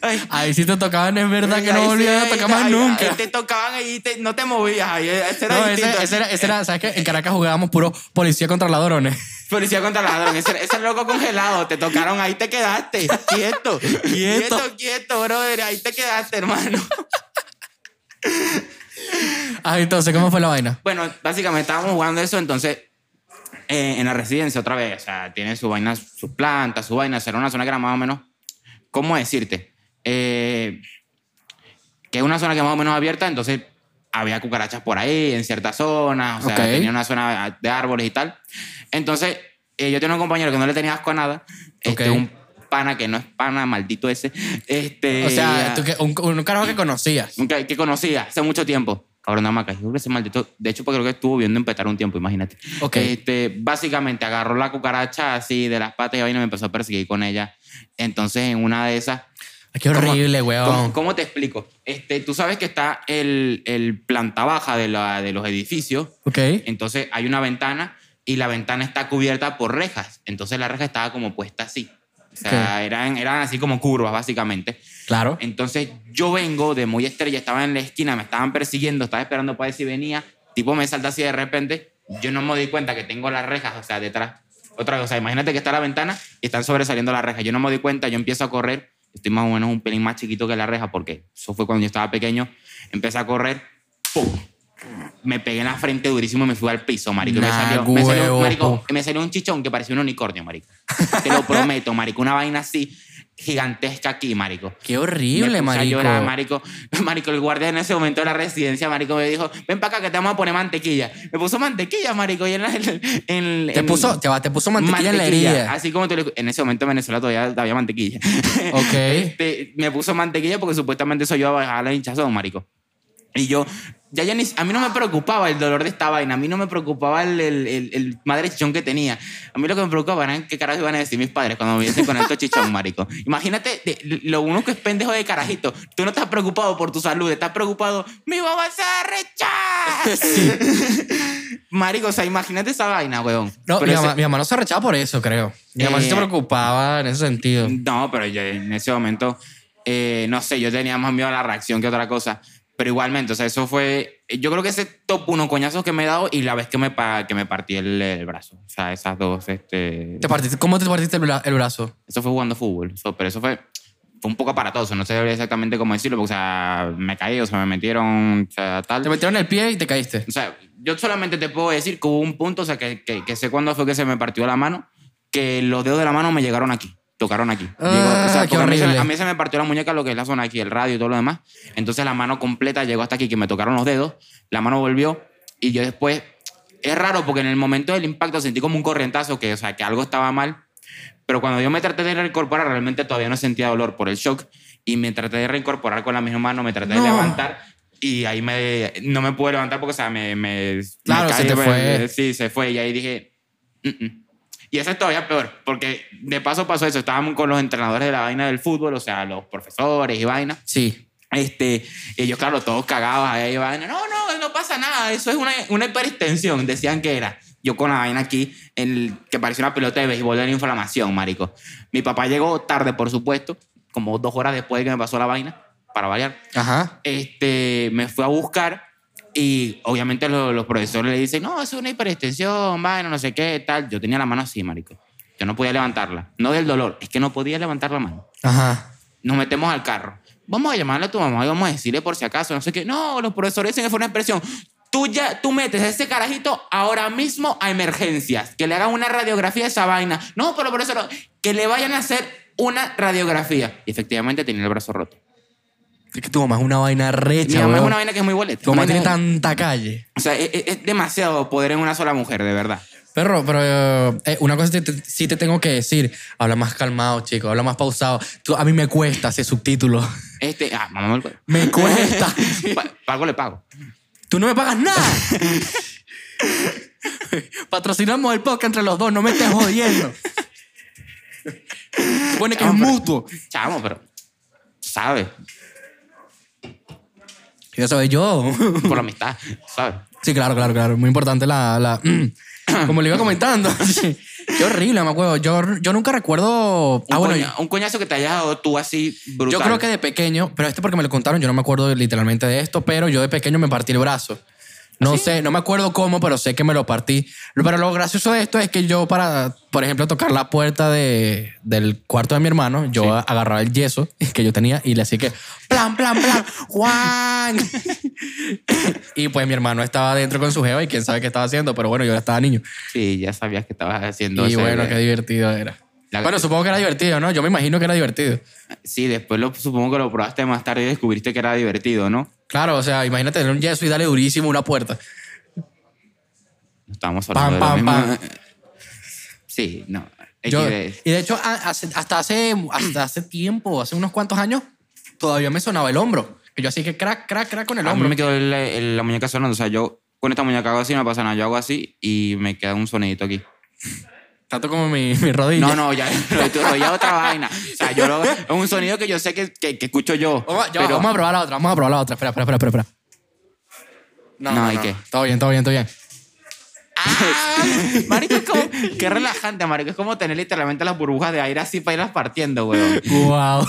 S1: Ay,
S2: Ahí sí te tocaban, es verdad que no
S1: ahí sí,
S2: volvían a
S1: ahí
S2: tocar
S1: te-
S2: más
S1: ahí-
S2: nunca.
S1: ahí Te tocaban y te- no te movías. ahí, ese era
S2: No, ese,
S1: distinto.
S2: ese era, ese era- ¿sabes qué? En Caracas jugábamos puro policía contra ladrones.
S1: Policía contra ladrón. Ese, ese loco congelado. Te tocaron, ahí te quedaste. Quieto. Quieto, quieto, brother. Ahí te quedaste, hermano.
S2: Ah, entonces, ¿cómo fue la vaina?
S1: Bueno, básicamente estábamos jugando eso, entonces eh, en la residencia otra vez, o sea, tiene su vaina, sus plantas, su vaina, será una zona que era más o menos, ¿cómo decirte? Eh, que es una zona que más o menos abierta, entonces había cucarachas por ahí, en ciertas zonas, o sea,
S2: Ok.
S1: tenía una zona de árboles y tal. Entonces, eh, yo tenía un compañero que no le tenía asco a nada, este,
S2: Ok.
S1: un pana que no es pana, maldito ese. Este,
S2: O sea,
S1: ah,
S2: tú que- un, un carajo que conocías.
S1: que, que conocía hace mucho tiempo. Cabrón, nada más que yo creo que ese maldito. De hecho, creo que estuvo viendo empetar un tiempo, imagínate.
S2: Ok.
S1: Este, básicamente agarró la cucaracha así de las patas y vaina y me empezó a perseguir con ella. Entonces, en una de esas.
S2: Ay, Qué horrible,
S1: ¿cómo-
S2: weón.
S1: ¿Cómo, cómo te explico? Este, tú sabes que está el, el planta baja de, la- de los edificios.
S2: Ok.
S1: Entonces, hay una ventana y la ventana está cubierta por rejas. Entonces, la reja estaba como puesta así. O sea, eran, eran así como curvas, básicamente.
S2: Claro.
S1: Entonces yo vengo de muy estrella, estaba en la esquina, me estaban persiguiendo, estaba esperando para ver si venía. Tipo me salta así de repente. Yo no me di cuenta que tengo las rejas, o sea, detrás. Otra cosa, imagínate que está la ventana y están sobresaliendo las rejas. Yo no me di cuenta, yo empiezo a correr. Estoy más o menos un pelín más chiquito que la reja porque eso fue cuando yo estaba pequeño. Empecé a correr, ¡pum! Me pegué en la frente durísimo y me fui al piso, marico. Y me,
S2: Nah,
S1: salió, me, salió,
S2: huevo,
S1: marico,
S2: po.
S1: que me salió un chichón que parecía un unicornio, marico. Te lo prometo, marico. Una vaina así gigantesca aquí, marico.
S2: Qué
S1: Me
S2: horrible,
S1: puse a
S2: marico.
S1: llorar, marico. Marico, el guardia en ese momento de la residencia, marico, me dijo, ven para acá que te vamos a poner mantequilla. Me puso mantequilla, marico, y en la... en- en-
S2: Te
S1: en-
S2: puso, te, va- te puso mantequilla,
S1: mantequilla,
S2: en la herida.
S1: Así como tú le- En ese momento en Venezuela todavía había mantequilla.
S2: Ok.
S1: Este, me puso mantequilla porque supuestamente eso iba a bajar la hinchazón, marico. Y yo, ya, ya ni- a mí no me preocupaba el dolor de esta vaina, a mí no me preocupaba el, el, el- el madre chichón que tenía. A mí lo que me preocupaba era qué carajo iban a decir mis padres cuando me viesen con estos chichón, marico. Imagínate de- lo uno que es pendejo de carajito. Tú no estás preocupado por tu salud, estás preocupado, mi mamá se va a rechar. Marico, o sea, imagínate esa vaina, weón.
S2: No, mi,
S1: Pero ese-
S2: mamá, mi mamá no se rechaba por eso, creo. Mi mamá sí se
S1: Eh, mm.
S2: preocupaba en ese sentido.
S1: No, pero yo en ese momento, eh, no sé, yo tenía más miedo a la reacción que otra cosa. Pero igualmente, o sea, eso fue. Yo creo que ese top uno coñazos que me he dado y la vez que me, pa- que me partí el, el brazo. O sea, esas dos. Este,
S2: ¿Te partiste- ¿Cómo te partiste el, bra- el brazo?
S1: eso fue jugando fútbol. Eso- pero eso fue, fue un poco aparatoso. No sé exactamente cómo decirlo, porque, o sea, me caí, o sea, me metieron, o sea, tal.
S2: Te metieron el pie y te caíste.
S1: O sea, yo solamente te puedo decir que hubo un punto, o sea, que, que- que sé cuándo fue que se me partió la mano, que los dedos de la mano me llegaron aquí, tocaron aquí.
S2: Ah,
S1: o sea,
S2: qué
S1: porque a mí se-
S2: horrible.
S1: A mí, se me partió la muñeca, lo que es la zona aquí, el radio y todo lo demás. Entonces la mano completa llegó hasta aquí, que me tocaron los dedos, la mano volvió y yo después... Es raro porque en el momento del impacto sentí como un corrientazo, que, o sea, que algo estaba mal, pero cuando yo me traté de reincorporar, realmente todavía no sentía dolor por el shock. Y me traté de reincorporar con la misma mano, me traté
S2: No.
S1: de levantar. Y ahí me, no me pude levantar porque, o sea, me. me
S2: Claro,
S1: me
S2: se te
S1: me-
S2: fue.
S1: sí, se fue. Y ahí dije. "Mm, mm". Y eso es todavía peor, porque de paso pasó eso. Estábamos con los entrenadores de la vaina del fútbol, o sea, los profesores y vaina.
S2: Sí.
S1: Este, ellos, claro, todos cagados ahí, vaina. No, no, no pasa nada. Eso es una, una hiperextensión, decían que era. Yo con la vaina aquí, el, que parecía una pelota de béisbol de la inflamación, marico. Mi papá llegó tarde, por supuesto, como dos horas después de que me pasó la vaina, para variar
S2: Ajá.
S1: este, me fue a buscar y obviamente lo- los profesores le dicen, no, eso es una hiperextensión, bueno, no sé qué, tal. Yo tenía la mano así, marico. Yo no podía levantarla. No del dolor, es que no podía levantar la mano.
S2: Ajá.
S1: Nos metemos al carro. Vamos a llamarle a tu mamá y vamos a decirle por si acaso, no sé qué. No, los profesores dicen que fue una expresión. Tú ya, tú metes a ese carajito ahora mismo a emergencias. Que le hagan una radiografía a esa vaina. No, pero por eso no. Que le vayan a hacer una radiografía. Y efectivamente tenía el brazo roto.
S2: Es que tu mamá es una vaina
S1: Mi
S2: recha,
S1: mamá es
S2: weón.
S1: una vaina que es muy boleta.
S2: Tu mamá
S1: Una
S2: tiene
S1: vaina-
S2: tanta calle.
S1: O sea, es, es- es demasiado poder en una sola mujer, de verdad.
S2: Perro, pero eh, una cosa te- te- sí te tengo que decir. Habla más calmado, chico. Habla más pausado. Tú- a mí me cuesta hacer subtítulos.
S1: Este, ah, mamá, me lo-
S2: Me cuesta.
S1: Pa- pago le pago.
S2: Tú no me pagas nada. Patrocinamos el podcast entre los dos. No me estés jodiendo. Supone que es
S1: Hombre.
S2: mutuo.
S1: Chamo, pero. ¿Sabes?
S2: Ya sabes yo.
S1: Por la amistad, ¿sabes?
S2: Sí, claro, claro, claro. Muy importante la... la como le iba comentando. Sí. Qué horrible, me acuerdo. Yo, yo nunca recuerdo...
S1: Un,
S2: Ah, bueno,
S1: coña- un coñazo que te hayas dado tú así brutal.
S2: yo creo que de pequeño, pero esto porque me lo contaron, yo no me acuerdo literalmente de esto, pero yo de pequeño me partí el brazo.
S1: ¿Ah,
S2: No sé, no me acuerdo cómo, pero sé que me lo partí. Pero lo gracioso de esto es que yo para, por ejemplo, tocar la puerta de, del cuarto de mi hermano, yo
S1: Sí.
S2: agarraba el yeso que yo tenía y le hacía que, plan, plan, plan, Juan. y pues mi hermano estaba dentro con su jeva y quién sabe qué estaba haciendo, pero bueno, yo ya estaba niño.
S1: Sí, ya sabías que estabas haciendo
S2: y
S1: ese-
S2: bueno, qué divertido era.
S1: La-
S2: Bueno, supongo que era divertido, ¿no? Yo me imagino que era divertido.
S1: Sí, después lo, supongo que lo probaste más tarde y descubriste que era divertido, ¿no?
S2: Claro, o sea, imagínate tener un yeso y darle durísimo a una puerta.
S1: No Estábamos
S2: Pam,
S1: hablando de
S2: pam,
S1: lo
S2: pam.
S1: mismo. Sí, no.
S2: Yo-
S1: XD.
S2: y de hecho, a- hace- hasta, hace, hasta hace tiempo, hace unos cuantos años, todavía me sonaba el hombro. Y yo así que crack, crack, crack con el
S1: A mí
S2: hombro.
S1: me quedó el- el- la muñeca sonando. O sea, yo con esta muñeca hago así, no pasa nada. Yo hago así y me queda un sonidito aquí.
S2: Tanto como mi, mi rodilla.
S1: No, no, ya, lo tuyo, ya otra vaina. O sea, yo lo- es un sonido que yo sé que, que, que escucho yo.
S2: Vamos, a- ya va,
S1: pero
S2: Oh, vamos a probar la otra, vamos a probar la otra. Espera, espera, espera, espera.
S1: No, no, ¿y qué?
S2: Todo bien, todo bien, todo bien.
S1: marico, es como... Qué relajante, marico. Es como tener literalmente las burbujas de aire así para irlas partiendo, weón.
S2: Wow.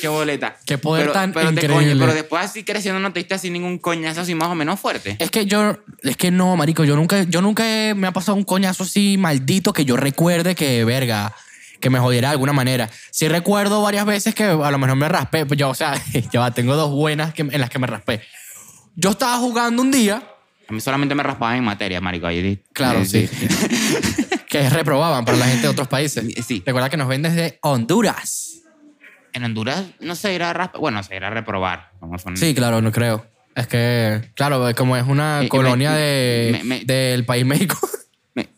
S1: Qué boleta.
S2: Qué poder tan
S1: pero te
S2: increíble.
S1: pero después así creciendo no te diste así ningún coñazo así más o menos fuerte.
S2: es que yo, es que no, marico, yo nunca, yo nunca he- me ha pasado un coñazo así maldito que yo recuerde que, verga, que me jodiera de alguna manera. Sí recuerdo varias veces que a lo mejor me raspé, pues yo, o sea, ya va, tengo dos buenas que- en las que me raspé. Yo estaba jugando un día,
S1: A mí solamente me raspaban en materia, marico. Ahí,
S2: Claro,
S1: eh,
S2: sí. que reprobaban para la gente de otros países.
S1: Sí.
S2: Recuerda que nos ven desde Honduras.
S1: En Honduras no se irá a raspar. Bueno, se irá a reprobar. Como son-
S2: Sí, claro, no creo. Es que, claro, como es una
S1: Mm. Eh, me-
S2: colonia de,
S1: me- me-
S2: del país México.
S1: Me-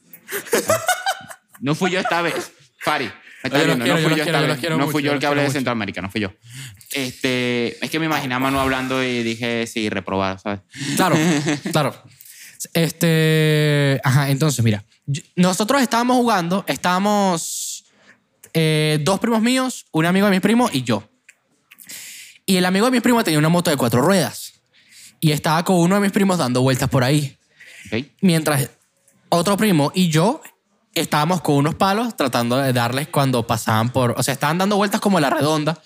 S1: No fui yo esta vez. Fari. me está
S2: Yo los
S1: viendo, no
S2: quiero, yo
S1: fui
S2: los
S1: yo
S2: quiero,
S1: esta
S2: yo los
S1: vez.
S2: quiero
S1: No
S2: mucho,
S1: fui
S2: yo
S1: yo el
S2: los
S1: que hablé
S2: quiero
S1: de
S2: mucho.
S1: Centroamérica, no fui yo. Este, es que me imaginaba a Manu hablando y dije, sí, reprobar, ¿sabes?
S2: Claro, claro. Este. Ajá, entonces, mira. yo- Nosotros estábamos jugando, estábamos eh, dos primos míos, un amigo de mis primos y yo. Y el amigo de mis primos tenía una moto de cuatro ruedas. Y estaba con uno de mis primos dando vueltas por ahí.
S1: ¿Ok?
S2: Mientras otro primo y yo estábamos con unos palos tratando de darles cuando pasaban por. O sea, estaban dando vueltas como a la redonda.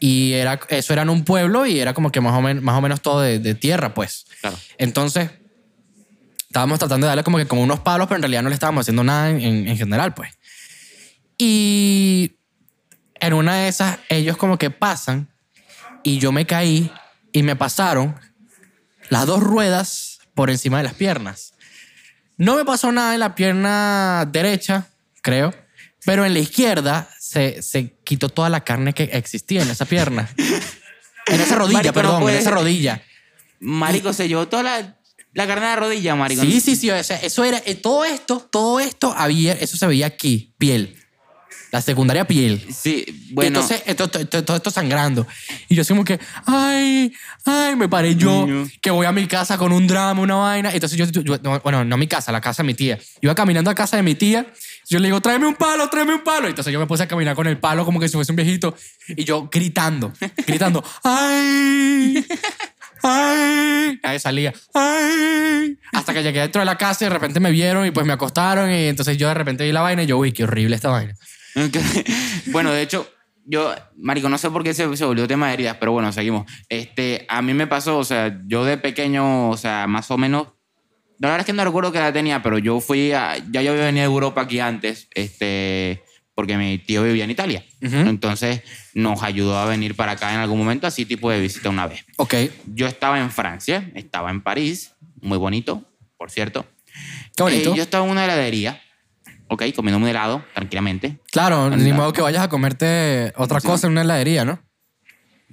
S2: Y era, eso era en un pueblo y era como que más o, men- más o menos todo de, de tierra, pues.
S1: Claro.
S2: Entonces, estábamos tratando de darle como que con unos palos, pero en realidad no le estábamos haciendo nada en, en- en general, pues. Y en una de esas, ellos como que pasan y yo me caí y me pasaron las dos ruedas por encima de las piernas. No me pasó nada en la pierna derecha, creo, pero en la izquierda se, se quitó toda la carne que existía en esa pierna. En esa rodilla,
S1: Marico, no
S2: perdón, en
S1: puede
S2: esa
S1: ser.
S2: rodilla.
S1: Marico, se llevó toda la, la carne de la rodilla, marico.
S2: Sí, sí, sí. o sea, eso era. eh, Todo esto, todo esto había. Eso se veía aquí, piel. La secundaria piel.
S1: Sí,
S2: Y
S1: bueno.
S2: entonces, esto, esto- esto- todo esto sangrando. Y yo así como que, ay, ay, me paré yo,
S1: Niño.
S2: que voy a mi casa con un drama, una vaina. Entonces yo, yo- yo- no, bueno, no a mi casa, la casa de mi tía. Yo iba caminando a casa de mi tía, yo le digo, tráeme un palo, tráeme un palo. Entonces yo me puse a caminar con el palo como que si fuese un viejito. Y yo gritando, gritando, ay, ay. Ahí salía, ay. Hasta que llegué dentro de la casa y de repente me vieron y pues me acostaron. Y entonces yo de repente vi la vaina y yo, uy, qué horrible esta vaina.
S1: Ok. bueno, de hecho, yo, Marico, no sé por qué se, se volvió tema de heridas, pero bueno, seguimos. Este, a mí me pasó, o sea, yo de pequeño, o sea, más o menos. La verdad es que no recuerdo que la tenía, pero yo fui a. Ya yo había venido de Europa aquí antes, este, porque mi tío vivía en Italia.
S2: Ujú.
S1: Entonces nos ayudó a venir para acá en algún momento, así tipo de visita una vez
S2: Ok.
S1: yo estaba en Francia, estaba en París, muy bonito, por cierto.
S2: Qué bonito.
S1: Eh, yo estaba en una heladería, ok, comiendo un helado tranquilamente,
S2: Claro, ni
S1: Anda.
S2: modo que vayas a comerte otra cosa en una heladería, ¿no?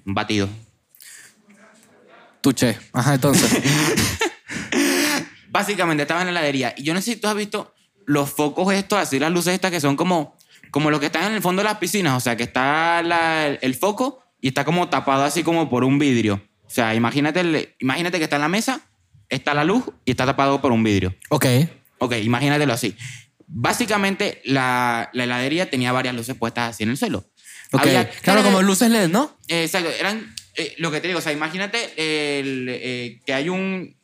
S1: un batido.
S2: Tuche. Ajá, entonces.
S1: Básicamente estaba en la heladería y yo no sé si tú has visto los focos estos, así las luces estas que son como, como los que están en el fondo de las piscinas, o sea, que está la- el, el foco y está como tapado así como por un vidrio. O sea, imagínate, el- imagínate que está en la mesa, está la luz y está tapado por un vidrio.
S2: ok.
S1: Ok, imagínatelo así. Básicamente, la, la heladería tenía varias luces puestas así en el suelo.
S2: Ok.
S1: Había-
S2: claro, como luces LED, ¿no?
S1: Eh, exacto, eran... eh, lo que te digo, o sea, imagínate el, eh, que hay un...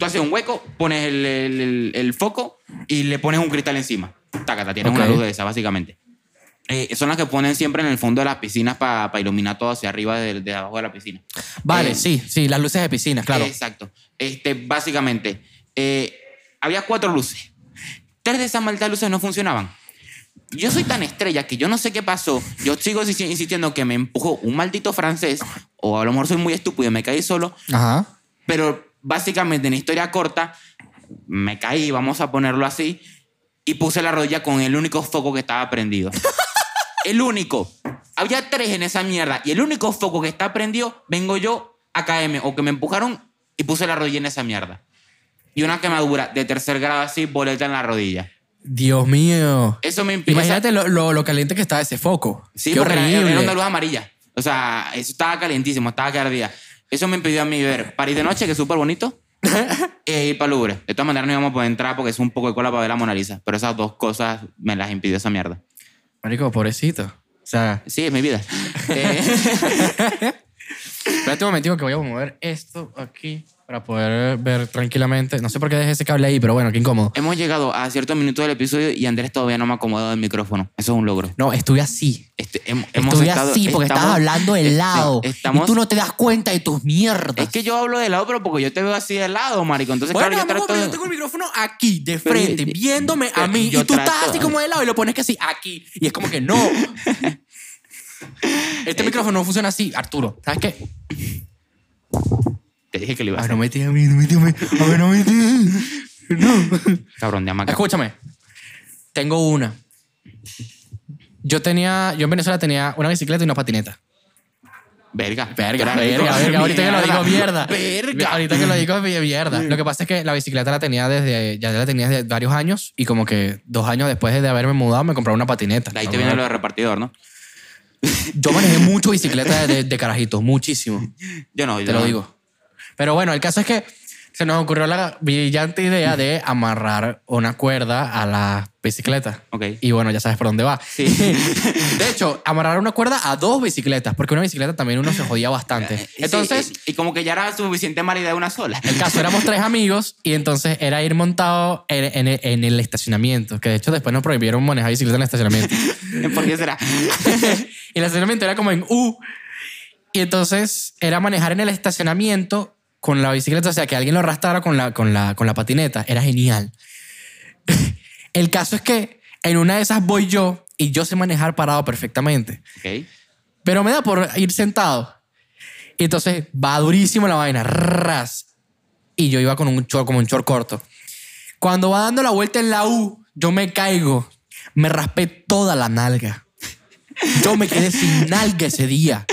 S1: Tú haces un hueco, pones el, el- el- el foco y le pones un cristal encima. Tacata, tienes
S2: Ok.
S1: una luz de esa, básicamente. Eh, son las que ponen siempre en el fondo de las piscinas para iluminar todo hacia arriba, de, de abajo de la piscina.
S2: Vale,
S1: Eh,
S2: sí, sí, las luces de piscina, claro.
S1: Exacto. Este, básicamente, eh, había cuatro luces. Tres de esas malditas luces no funcionaban. Yo soy tan estrella que yo no sé qué pasó. Yo sigo insi- insistiendo que me empujó un maldito francés, o a lo mejor soy muy estúpido y me caí solo,
S2: Ajá.
S1: pero básicamente en historia corta, me caí, vamos a ponerlo así, y puse la rodilla con el único foco que estaba prendido. el único. Había tres en esa mierda, y el único foco que está prendido, vengo yo a caerme, o que me empujaron y puse la rodilla en esa mierda. Y una quemadura de tercer grado así, boleta en la rodilla.
S2: Dios mío.
S1: Eso me impide.
S2: Imagínate lo, lo- lo caliente que está ese foco.
S1: Sí,
S2: Qué
S1: porque era-
S2: horrible.
S1: Era una luz amarilla. O sea, eso estaba calientísimo, estaba que ardía. Eso me impidió a mí ver París de noche, que es súper bonito, e ir para Louvre. De todas maneras no íbamos a poder entrar porque es un poco de cola para ver la Mona Lisa. Pero esas dos cosas me las impidió esa mierda.
S2: Marico, pobrecito. O sea,
S1: Sí, es mi vida. Eh,
S2: espérate un momentico que voy a mover esto aquí para poder ver tranquilamente. No sé por qué dejé ese cable ahí, pero bueno, qué incómodo.
S1: hemos llegado a ciertos minutos del episodio y Andrés todavía no me ha acomodado el micrófono. Eso es un logro.
S2: No, estuve así.
S1: Este, hem- hemos
S2: Estuve
S1: estado-
S2: así porque
S1: estamos-
S2: estabas hablando de
S1: este,
S2: lado.
S1: estamos-
S2: Y tú no te das cuenta de tus mierdas.
S1: Es que yo hablo de lado, pero porque yo te veo así de lado, marico. Entonces,
S2: Bueno,
S1: claro, yo
S2: amor,
S1: trato
S2: pero
S1: de-
S2: yo tengo el micrófono aquí, de
S1: Pero
S2: frente,
S1: yo-
S2: viéndome a
S1: pero
S2: mí. Y
S1: yo
S2: tú estás
S1: trato-
S2: así como de lado y lo pones que así, aquí. Y es como que no. este micrófono no funciona así, Arturo. ¿Sabes qué?
S1: Te dije que le iba a
S2: Ay,
S1: hacer.
S2: no me tires a mí, no me tires a mí. A ver, no me tires. No.
S1: Cabrón de hamaca.
S2: Escúchame. Tengo una. Yo tenía, yo en Venezuela tenía una bicicleta y una patineta.
S1: Verga.
S2: Verga,
S1: Gran rico.
S2: verga, verga. Ahorita que lo digo, mierda.
S1: Verga.
S2: Ahorita que lo digo, mi- mierda. Lo que pasa es que la bicicleta la tenía desde, ya la tenía desde varios años y como que dos años después de haberme mudado me compré una patineta.
S1: De ahí te viene lo de repartidor, ¿no?
S2: Yo manejé mucho bicicleta de, de carajito, muchísimo.
S1: Yo no, yo
S2: Te lo
S1: no.
S2: digo. Pero bueno, el caso es que se nos ocurrió la brillante idea de amarrar una cuerda a la bicicleta.
S1: Ok.
S2: Y bueno, ya sabes por dónde va.
S1: Sí.
S2: De hecho, amarrar una cuerda a dos bicicletas, porque una bicicleta también uno se jodía bastante.
S1: Eh, Sí,
S2: Entonces,
S1: y, y como que ya era suficiente mala idea una sola.
S2: el caso éramos tres amigos y entonces era ir montado en, en- en el estacionamiento, que de hecho después nos prohibieron manejar bicicleta en el estacionamiento.
S1: ¿Por qué será?
S2: y el estacionamiento era como en U. Y entonces era manejar en el estacionamiento con la bicicleta, o sea, que alguien lo arrastrara con la, con la, con la patineta. Era genial. el caso es que en una de esas voy yo y yo sé manejar parado perfectamente.
S1: Ok.
S2: Pero me da por ir sentado. Y entonces va durísimo la vaina. Ras. Y yo iba con un short, como un short corto. Cuando va dando la vuelta en la U, yo me caigo. Me raspé toda la nalga. Yo me quedé sin nalga ese día.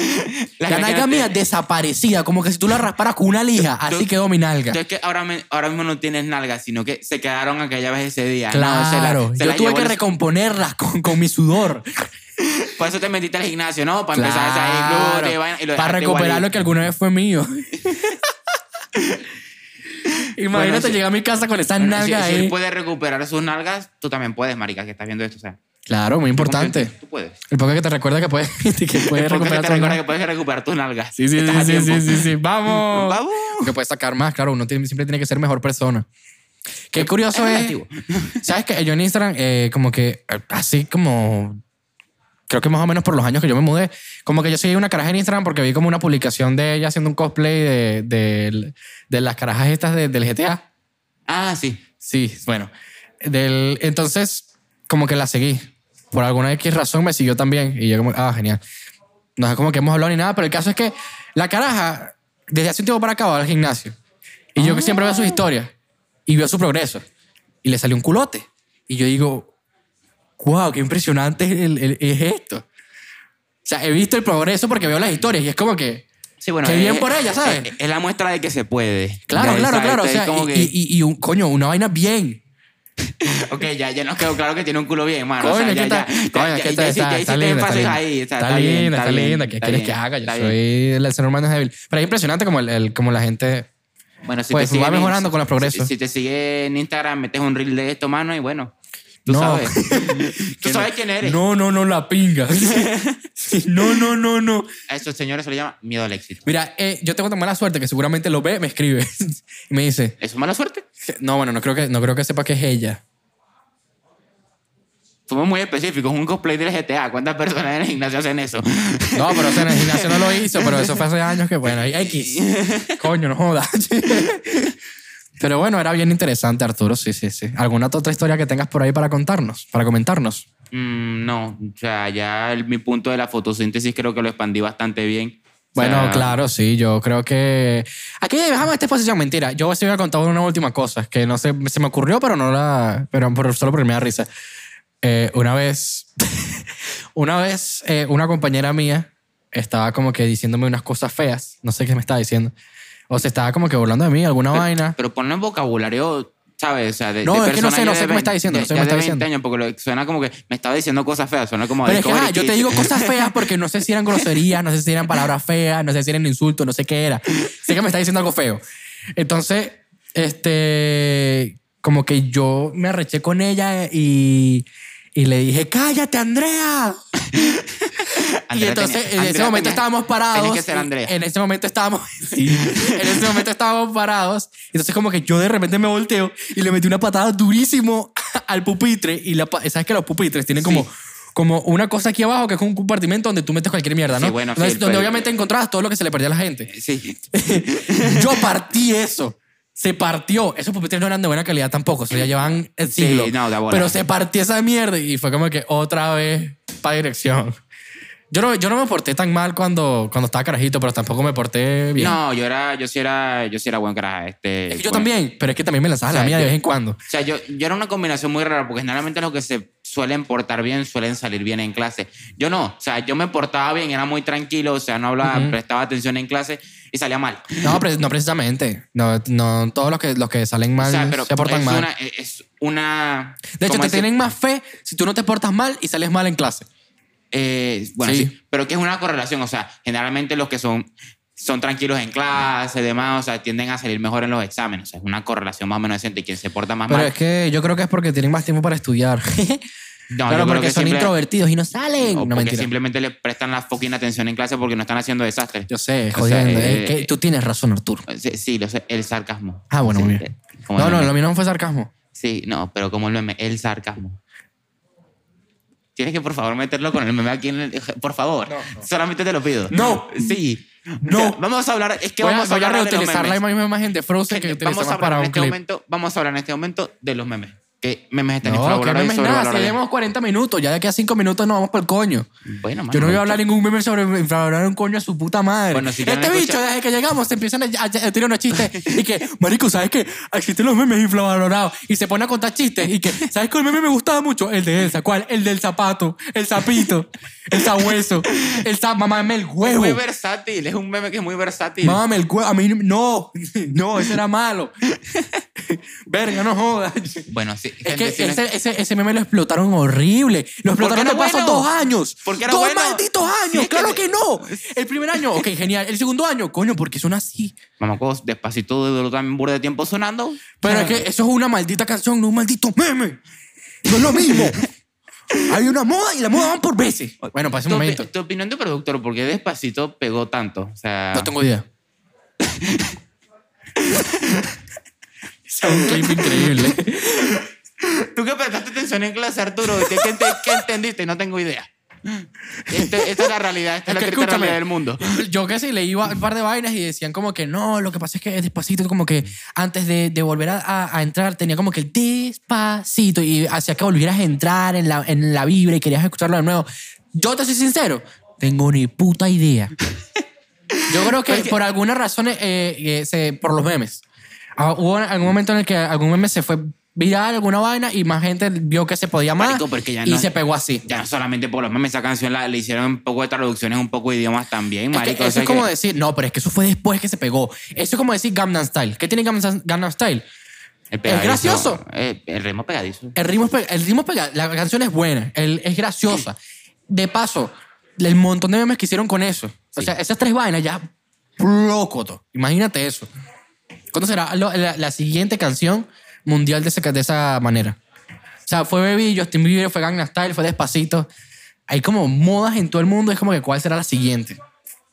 S1: La
S2: La,
S1: que
S2: nalga
S1: quedaste-
S2: mía desaparecida, como que si tú la rasparas con una lija,
S1: Tú-
S2: así quedó mi nalga.
S1: Entonces que ahora, me- ahora mismo no tienes nalgas, sino que se quedaron aquella vez ese día. No, se la-
S2: Claro,
S1: se
S2: yo
S1: la
S2: tuve
S1: llevó
S2: que
S1: el-
S2: recomponerlas con, con mi sudor.
S1: Por eso te metiste al gimnasio, ¿no? Para empezar a
S2: Claro,
S1: hacer glúteo y vaina, y lo
S2: para
S1: dejaste
S2: recuperar lo
S1: igualito.
S2: que alguna vez fue mío. Imagínate
S1: Bueno, sí.
S2: llegar a mi casa con esas
S1: Bueno, pues, si-
S2: nalgas
S1: si,
S2: ahí.
S1: él puede recuperar sus nalgas, tú también puedes, marica, que estás viendo esto. O sea,
S2: Claro, muy importante.
S1: Tú puedes.
S2: El podcast que te recuerda que puedes, que puedes
S1: Porque te
S2: recuperar tu
S1: recuerda
S2: nalga.
S1: que puedes recuperar tus nalgas.
S2: Sí, sí,
S1: Estás a
S2: sí, sí,
S1: tiempo.
S2: sí, sí, sí. Vamos.
S1: Vamos.
S2: Porque puedes sacar más, claro, uno tiene- siempre tiene que ser mejor persona. Qué curioso
S1: Eh, Es
S2: es.
S1: relativo.
S2: ¿Sabes que Yo en Instagram, eh, como que eh, así como. Creo que más o menos por los años que yo me mudé, como que yo seguí una caraja en Instagram porque vi como una publicación de ella haciendo un cosplay de, de, de las carajas estas de- del GTA.
S1: Ah, sí.
S2: Sí, bueno. Del, entonces, como que la seguí. Por alguna X razón me siguió también. Y yo como, ah, genial. No sé cómo que hemos hablado ni nada, pero el caso es que la caraja, desde hace un tiempo para acá, va al gimnasio. Y yo que siempre veo sus historias. Y veo su progreso. Y le salió un culote. Y yo digo, wow, qué impresionante es, el- el- es esto. O sea, he visto el progreso porque veo las historias. Y es como que,
S1: Sí, bueno.
S2: Qué
S1: es-
S2: bien por ella, ¿sabes?
S1: Es, es la muestra de que se puede.
S2: claro,
S1: Ya,
S2: claro,
S1: ¿sabes?
S2: claro. O
S1: Entonces,
S2: sea,
S1: como
S2: y,
S1: que-
S2: y- y un, coño, una vaina bien.
S1: Ok, ya, ya nos quedó claro que tiene un culo bien, mano. Ah,
S2: Coño,
S1: o sea, ya,
S2: ¿qué tal?
S1: ya,
S2: Coño,
S1: ya,
S2: ¿qué
S1: ya hici-
S2: tal?
S1: ya
S2: Está,
S1: hiciste
S2: está linda, está
S1: énfasis
S2: linda.
S1: ahí, o sea,
S2: Está linda, está
S1: bien,
S2: linda. ¿Qué
S1: está
S2: quieres
S1: bien,
S2: que haga? Yo
S1: está
S2: soy
S1: bien.
S2: el ser humano es débil. Pero es impresionante como, el, el- como la gente...
S1: Bueno, si
S2: Pues,
S1: te
S2: va
S1: siguen en-
S2: mejorando con los progresos.
S1: Si, si te sigue en Instagram, metes un reel de esto, mano, y bueno, tú
S2: No.
S1: sabes. tú sabes quién eres.
S2: No, no, no, la pinga. Sí, no, no, no, no.
S1: A esos señores se le llama miedo al éxito.
S2: Mira, eh, yo tengo tan mala suerte que seguramente lo ve, me escribe. y me dice,
S1: ¿Eso es mala suerte?
S2: no, bueno, no creo que, no creo que sepa que es ella.
S1: Somos muy específicos. Un cosplay del GTA. ¿Cuántas personas en el gimnasio hacen eso?
S2: No, pero o sea, en el gimnasio no lo hizo, pero eso fue hace años que, bueno, y X. Coño, no jodas. Pero bueno, era bien interesante, Arturo. Sí, sí, sí. ¿Alguna otra historia que tengas por ahí para contarnos, para comentarnos?
S1: Mm, no, o sea, ya el- mi punto de la fotosíntesis creo que lo expandí bastante bien. O
S2: Bueno,
S1: sea,
S2: claro, sí, yo creo que... Aquí dejamos esta exposición, mentira. Yo sí voy a contar una última cosa, que no sé, se me ocurrió, pero no la... Pero por- solo porque me da risa. Eh, una vez, una vez, eh, una compañera mía estaba como que diciéndome unas cosas feas, no sé qué me estaba diciendo, o se estaba como que burlando de mí, alguna vaina.
S1: Pero ponlo en vocabulario, ¿sabes? O sea, de,
S2: No,
S1: de
S2: es que no
S1: personas
S2: sé, no
S1: ya
S2: sé
S1: de
S2: qué me está
S1: 20
S2: diciendo, no sé
S1: ya
S2: qué me
S1: de
S2: está
S1: 20
S2: diciendo.
S1: años, porque lo- suena como que me estaba diciendo cosas feas, suena como...
S2: Pero es que
S1: Discovery
S2: ah, yo te
S1: Kids.
S2: digo cosas feas porque no sé si eran groserías, no sé si eran palabras feas, no sé si eran insultos, no sé qué era. Sé que me está diciendo algo feo. Entonces, este, como que yo me arreché con ella y, y le dije, cállate, Andrea.
S1: Andrea
S2: y entonces,
S1: tenía-
S2: en
S1: Andrea
S2: ese
S1: tenía-
S2: momento estábamos parados.
S1: Tenía que ser Andrea.
S2: En ese momento estábamos. sí, en ese momento estábamos parados. Entonces, como que yo de repente me volteo y le metí una patada durísimo al pupitre. Y la, pa- sabes que los pupitres tienen como.
S1: Sí.
S2: Como una cosa aquí abajo que es un compartimento donde tú metes cualquier mierda, ¿no?
S1: Sí, bueno, sí, pues.
S2: donde
S1: el-
S2: donde
S1: el-
S2: obviamente encontrabas todo lo que se le perdía a la gente.
S1: Sí.
S2: Yo partí eso. Se partió. Esos pupitres no eran de buena calidad tampoco. Se ya llevan el
S1: Sí,
S2: siglo.
S1: no, de bola.
S2: Pero se partió esa mierda y fue como que otra vez para dirección. Yo no, yo no me porté tan mal cuando, cuando estaba carajito, pero tampoco me porté bien.
S1: No, yo era, yo sí era, yo sí era buen caraja. Este,
S2: Es que yo
S1: bueno.
S2: también, pero es que también me lanzaba
S1: O sea,
S2: la mía de
S1: yo-
S2: vez en cuando.
S1: O sea, yo, yo era una combinación muy rara porque generalmente los que se suelen portar bien suelen salir bien en clase. Yo no, o sea, yo me portaba bien, era muy tranquilo, o sea, no hablaba, prestaba atención en clase y salía mal.
S2: No, pre- no precisamente. No, no todos los que, los que salen mal
S1: o sea, pero
S2: se portan
S1: es,
S2: mal.
S1: Una, es una...
S2: de hecho,
S1: ¿cómo
S2: te
S1: decir?
S2: tienen más fe si tú no te portas mal y sales mal en clase.
S1: Eh, bueno,
S2: Sí.
S1: sí. pero que es una correlación, o sea, generalmente los que son, son tranquilos en clase, demás, o sea, tienden a salir mejor en los exámenes, o sea, es una correlación más o menos decente, quien se porta más
S2: Pero
S1: mal.
S2: es que yo creo que es porque tienen más tiempo para estudiar.
S1: No, yo
S2: claro,
S1: creo
S2: porque
S1: que
S2: son
S1: simple-
S2: introvertidos y no salen.
S1: o
S2: no,
S1: porque
S2: mentira.
S1: simplemente le prestan la fucking atención en clase porque no están haciendo desastres.
S2: Yo sé,
S1: O sea,
S2: jodiendo.
S1: eh,
S2: es que tú tienes razón, Arturo.
S1: Sí, sí, lo sé, el sarcasmo.
S2: Ah, bueno,
S1: Sí,
S2: muy bien.
S1: eh, como
S2: No,
S1: el
S2: no,
S1: meme.
S2: lo mío no fue sarcasmo.
S1: Sí, no, pero como el meme, el sarcasmo. Tienes que, por favor, meterlo con el meme aquí en el- Por favor, solamente te lo pido.
S2: No.
S1: Sí,
S2: No.
S1: Vamos a hablar, es que
S2: Voy a-
S1: vamos a
S2: voy a
S1: hablar de los
S2: reutilizar la
S1: memes.
S2: misma imagen de Frozen que
S1: Gente,
S2: utilizamos
S1: vamos a hablar
S2: para
S1: en
S2: un
S1: este
S2: clip.
S1: momento, vamos a hablar en este momento de los memes. ¿Qué memes están
S2: No, que
S1: infravalorados y
S2: memes nada, si
S1: sobrevalorados?
S2: llevamos 40 minutos, ya de aquí a 5 minutos nos vamos por el coño.
S1: Bueno,
S2: Yo no
S1: mano,
S2: voy a hablar ningún meme sobre infravalorar un coño a su puta madre.
S1: Bueno, si
S2: este
S1: quieren
S2: bicho,
S1: escuchar-
S2: desde que llegamos, se empiezan a, a- a tirar unos chistes y que, marico, ¿sabes qué? Existen los memes infravalorados y se pone a contar chistes y que, ¿sabes qué? El meme me gustaba mucho. El de Elsa, ¿cuál? El del zapato, el sapito, el sabueso, el sa... Mamame el
S1: Es
S2: huevo.
S1: muy versátil, es un meme que es muy versátil.
S2: Mamame el huevo. A mí no, no, ese era malo. Verga, no jodas.
S1: Bueno, sí.
S2: Es
S1: gente,
S2: que
S1: sí, no-
S2: ese, ese, ese meme lo explotaron horrible. Lo explotaron
S1: era
S2: de paso
S1: bueno?
S2: dos años.
S1: Porque era
S2: dos
S1: bueno.
S2: malditos
S1: Sí,
S2: años.
S1: es que-
S2: claro que... no. El primer año, ok, genial. El segundo año, coño, porque son así.
S1: Mamacos, despacito duró también burda de tiempo sonando.
S2: Pero es que eso es una maldita canción, no un maldito meme. No es lo mismo. Hay una moda y la moda van por veces. Bueno, para ese
S1: Tu,
S2: momento.
S1: opi- tu opinión de productor, ¿por qué despacito pegó tanto? O sea,
S2: No tengo idea. es un clip increíble.
S1: tú que prestaste atención en clase, Arturo, ¿qué, qué ente- qué entendiste? No tengo idea. Este- esta es la realidad, esta es la
S2: que
S1: triste
S2: escúchame,
S1: realidad del mundo.
S2: Yo qué sé, leí iba un par de vainas y decían como que no, lo que pasa es que despacito, como que antes de, de volver a- a, a entrar, tenía como que el despacito y hacía que volvieras a entrar en la, en la vibra y querías escucharlo de nuevo. Yo te soy sincero, tengo ni puta idea. Yo creo que
S1: Porque-
S2: por alguna razón, eh, eh, se- por los memes. Ah, hubo algún momento en el que algún meme se fue viral, alguna vaina, y más gente vio que se podía más
S1: Marico, porque ya
S2: y
S1: no-
S2: se pegó así.
S1: Ya no solamente por los memes, esa canción la, le hicieron un poco de traducciones, un poco de idiomas también,
S2: Es que
S1: marico. o
S2: eso
S1: sea
S2: es como
S1: que-
S2: decir, no, pero es que eso fue después que se pegó. Eso es como decir Gangnam Style. ¿Qué tiene Gangnam, Gangnam Style?
S1: el pegadizo,
S2: gracioso.
S1: eh, el ritmo pegadizo.
S2: El ritmo, es pe- el ritmo es pega- la canción es buena, el- es graciosa. De paso, el montón de memes que hicieron con eso. O
S1: Sí.
S2: sea, esas tres vainas ya, locoto. Imagínate eso. ¿Cuándo será lo- la, la siguiente canción mundial de, esa- de esa manera? O sea, fue Baby, Justin Bieber, fue Gangnam Style, fue Despacito. Hay como modas en todo el mundo, es como que cuál será la siguiente.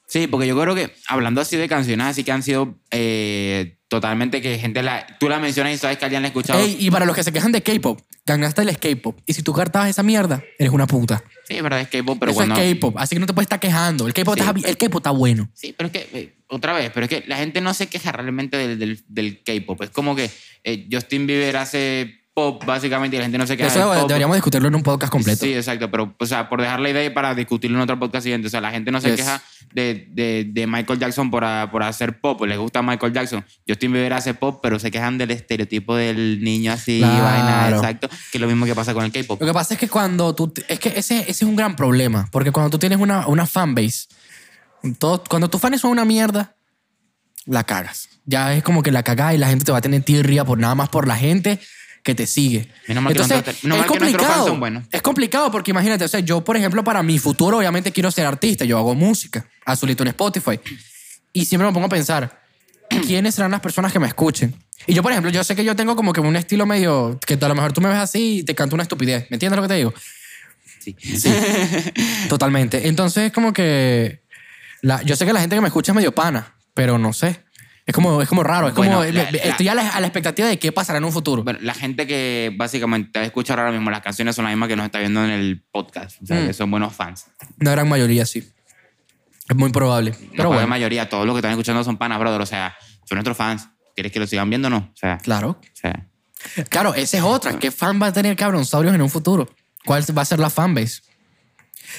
S1: Sí, porque yo creo que hablando así de canciones así que han sido eh, totalmente que gente la... Tú la mencionas y sabes que alguien la ha escuchado.
S2: Ey, y para los que se quejan de K-pop, Gangnam Style es K-pop. Y si tú cantabas esa mierda, eres una puta.
S1: Sí, es verdad, es K-pop, pero
S2: Eso
S1: cuando...
S2: es K-pop, así que no te puedes estar quejando. El K-pop
S1: Sí.
S2: está, el K-pop está bueno.
S1: Sí, pero es que, eh, otra vez, pero es que la gente no se queja realmente del, del, del K-pop. Es como que eh, Justin Bieber hace pop, básicamente, y la gente no se queja
S2: Eso
S1: del pop.
S2: deberíamos discutirlo en un podcast completo.
S1: Sí, exacto, pero, o sea, por dejar la idea y para discutirlo en otro podcast siguiente. O sea, la gente no se
S2: Yes.
S1: queja de, de- de Michael Jackson por, a- por hacer pop, les gusta Michael Jackson. Justin Bieber hace pop, pero se quejan del estereotipo del niño así,
S2: Claro.
S1: vaina, exacto, que es lo mismo que pasa con el K-pop.
S2: Lo que pasa es que cuando tú... Es que ese, ese es un gran problema. Porque cuando tú tienes una, una fanbase, todo- cuando tus fans son una mierda, la cagas. Ya es como que la cagas y la gente te va a tener tirria por nada más por la gente que te sigue.
S1: Menos mal que
S2: Entonces,
S1: nuestro- menos
S2: es
S1: mal que nuestros
S2: complicado.
S1: fans son buenos.
S2: Es complicado porque imagínate, o sea, yo, por ejemplo, para mi futuro, obviamente quiero ser artista. Yo hago música, azulito en Spotify. Y siempre me pongo a pensar, ¿quiénes serán las personas que me escuchen? Y yo, por ejemplo, yo sé que yo tengo como que un estilo medio que a lo mejor tú me ves así y te canto una estupidez. ¿Me entiendes lo que te digo?
S1: Sí.
S2: Totalmente. Entonces, como que. la- yo sé que la gente que me escucha es medio pana, pero no sé. Es como, es como raro. Es como.
S1: Bueno, la-
S2: eh,
S1: la-
S2: estoy a la, a la expectativa de qué pasará en un futuro.
S1: Bueno, la gente que básicamente va a escuchar ahora mismo las canciones son las mismas que nos está viendo en el podcast. O sea,
S2: Mm.
S1: que son buenos fans.
S2: Una gran mayoría sí. Es muy probable.
S1: Pero
S2: Pero
S1: la
S2: bueno,
S1: mayoría, todos los que están escuchando son panas, brother. O sea, son nuestros fans. ¿Quieres que lo sigan viendo o no? O sea,
S2: claro.
S1: o sea,
S2: Claro, esa es otra. ¿Qué fan va a tener Cabronsaurios en un futuro? ¿Cuál va a ser la fanbase?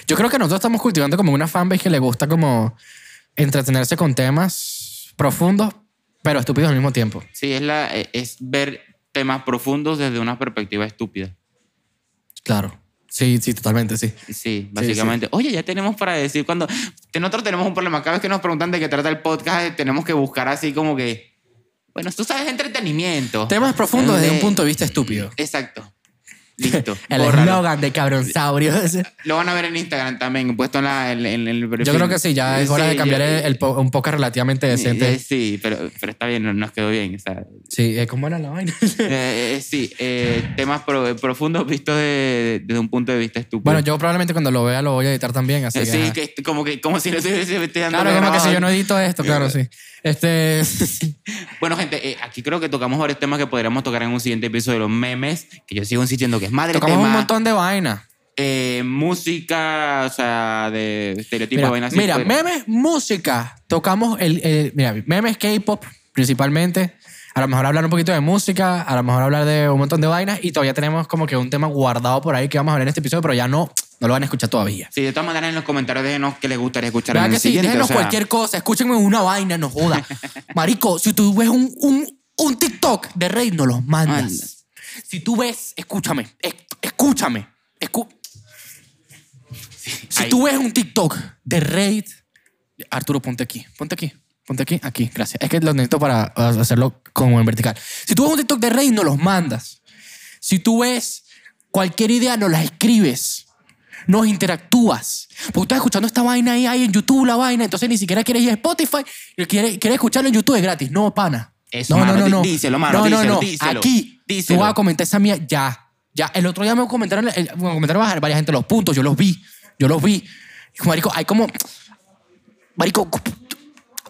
S2: Yo creo que nosotros estamos cultivando como una fanbase que le gusta como entretenerse con temas profundos, pero estúpidos al mismo tiempo.
S1: sí, es, la, eh, es ver temas profundos desde una perspectiva estúpida.
S2: Claro. Sí, sí, totalmente, sí.
S1: Sí, básicamente. Oye, ya tenemos para decir cuando... te- Nosotros tenemos un problema. Cada vez que nos preguntan de qué trata el podcast, eh, tenemos que buscar así como que... Bueno, tú sabes entretenimiento.
S2: Temas profundos desde
S1: De-
S2: un punto de vista estúpido.
S1: Exacto. Listo.
S2: El
S1: bórralo.
S2: eslogan de cabronsaurios.
S1: Lo van a ver en Instagram también, puesto en, la, en- en el
S2: Yo
S1: perfil.
S2: creo que sí, ya es hora de
S1: Sí,
S2: cambiar
S1: ya-
S2: el- el po- un poco relativamente
S1: Eh,
S2: decente.
S1: Sí, pero, pero está bien, no- nos quedó bien. o sea,
S2: Sí, eh, ¿cómo era la vaina?
S1: eh, eh, sí, eh, temas pro- profundos vistos de- desde un punto de vista estúpido.
S2: Bueno, yo probablemente cuando lo vea lo voy a editar también, así
S1: Eh,
S2: que...
S1: sí,
S2: ajá.
S1: que, es como que como si no estuviese me estoy dando
S2: Claro, como que
S1: grabado.
S2: si yo no edito esto, claro, sí. Este...
S1: Bueno, gente, eh, aquí creo que tocamos varios temas que podríamos tocar en un siguiente episodio de los memes, que yo sigo insistiendo que es madre
S2: tocamos
S1: tema.
S2: un montón de vaina.
S1: eh, música, o sea, de estereotipo
S2: Mira,
S1: de vainas así,
S2: mira,
S1: pues,
S2: memes, música. Tocamos el, el- mira, memes K-pop principalmente. A lo mejor hablar un poquito de música, a lo mejor hablar de un montón de vainas y todavía tenemos como que un tema guardado por ahí que vamos a hablar en este episodio, pero ya no, no lo van a escuchar todavía.
S1: Sí, de todas maneras en los comentarios déjenos qué les gustaría escuchar en
S2: ¿Verdad
S1: el
S2: que sí?
S1: siguiente.
S2: Déjenos
S1: o sea,
S2: cualquier cosa, escúchenme una vaina, no joda. Marico, si tú ves un, un, un TikTok de Rey, no los mandas.
S1: Manda.
S2: Si tú ves, escúchame, es- escúchame. escu- si
S1: ahí.
S2: tú ves un TikTok de Rey, Arturo, ponte aquí, ponte aquí. Ponte aquí, aquí, gracias. Es que lo necesito para uh, hacerlo como en vertical. Si tú ves un TikTok de Rey, no los mandas. Si tú ves cualquier idea, nos la escribes. Nos interactúas. Porque estás escuchando esta vaina ahí, ahí en YouTube, la vaina. Entonces ni siquiera quieres ir a Spotify. Quieres, quieres escucharlo en YouTube, es gratis. No, pana.
S1: Eso,
S2: no,
S1: mano,
S2: no, no,
S1: di-
S2: no.
S1: díselo, mano,
S2: No, no,
S1: díselo,
S2: no.
S1: díselo.
S2: Aquí.
S1: Díselo.
S2: Tú vas a comentar esa mía ya. Ya. El otro día me comentaron, eh, me comentaron varias gente los puntos. Yo los vi. Yo los vi. Y, Marico, hay como. Marico,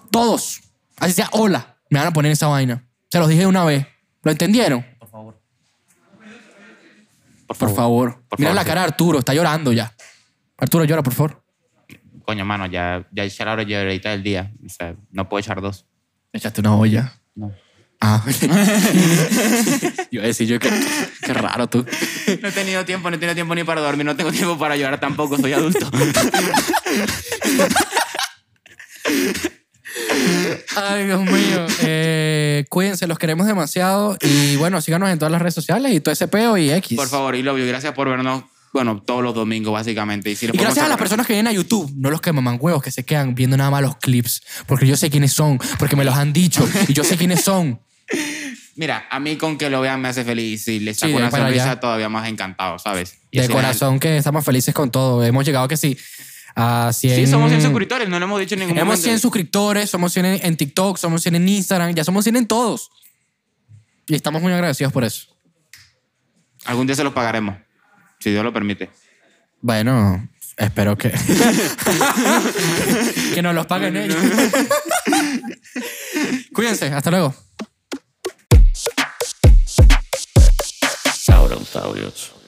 S2: todos. Así sea, hola. Me van a poner esa vaina. Se los dije de una vez. ¿Lo entendieron?
S1: por
S2: Por favor.
S1: Por
S2: Mira
S1: favor,
S2: la
S1: sí.
S2: cara de Arturo, está llorando ya. Arturo, llora, por favor.
S1: Coño, mano, ya, ya hice la ahorita del día. O sea, no puedo echar dos.
S2: Echaste una olla.
S1: No.
S2: Ah. yo iba a decir yo que qué raro tú.
S1: No he tenido tiempo, no he tenido tiempo ni para dormir, no tengo tiempo para llorar tampoco, soy adulto.
S2: Ay, Dios mío. Eh, cuídense, los queremos demasiado. Y bueno, síganos en todas las redes sociales y todo ese peo y X.
S1: por favor, y Lobby, gracias por vernos, bueno, todos los domingos, básicamente. Y, si les
S2: Y
S1: podemos
S2: gracias a las
S1: sacar-
S2: personas que vienen a YouTube, no los que maman huevos, que se quedan viendo nada más los clips, porque yo sé quiénes son, porque me los han dicho y yo sé quiénes son.
S1: Mira, a mí con que lo vean me hace feliz. Y les saco
S2: de
S1: una
S2: para
S1: sonrisa
S2: allá.
S1: todavía más encantado, ¿sabes? Y ese
S2: De
S1: es el-
S2: corazón que estamos felices con todo. Hemos llegado que sí. A 100...
S1: Sí, somos 100 suscriptores, no lo hemos dicho en ningún
S2: Hemos
S1: momento.
S2: 100 suscriptores, somos 100 en en TikTok, somos 100 en Instagram, ya somos 100 en todos. Y estamos muy agradecidos por eso.
S1: Algún día se los pagaremos, si Dios lo permite.
S2: Bueno, espero que... que nos los paguen ellos. Cuídense, hasta luego.
S3: Sauron Tauros.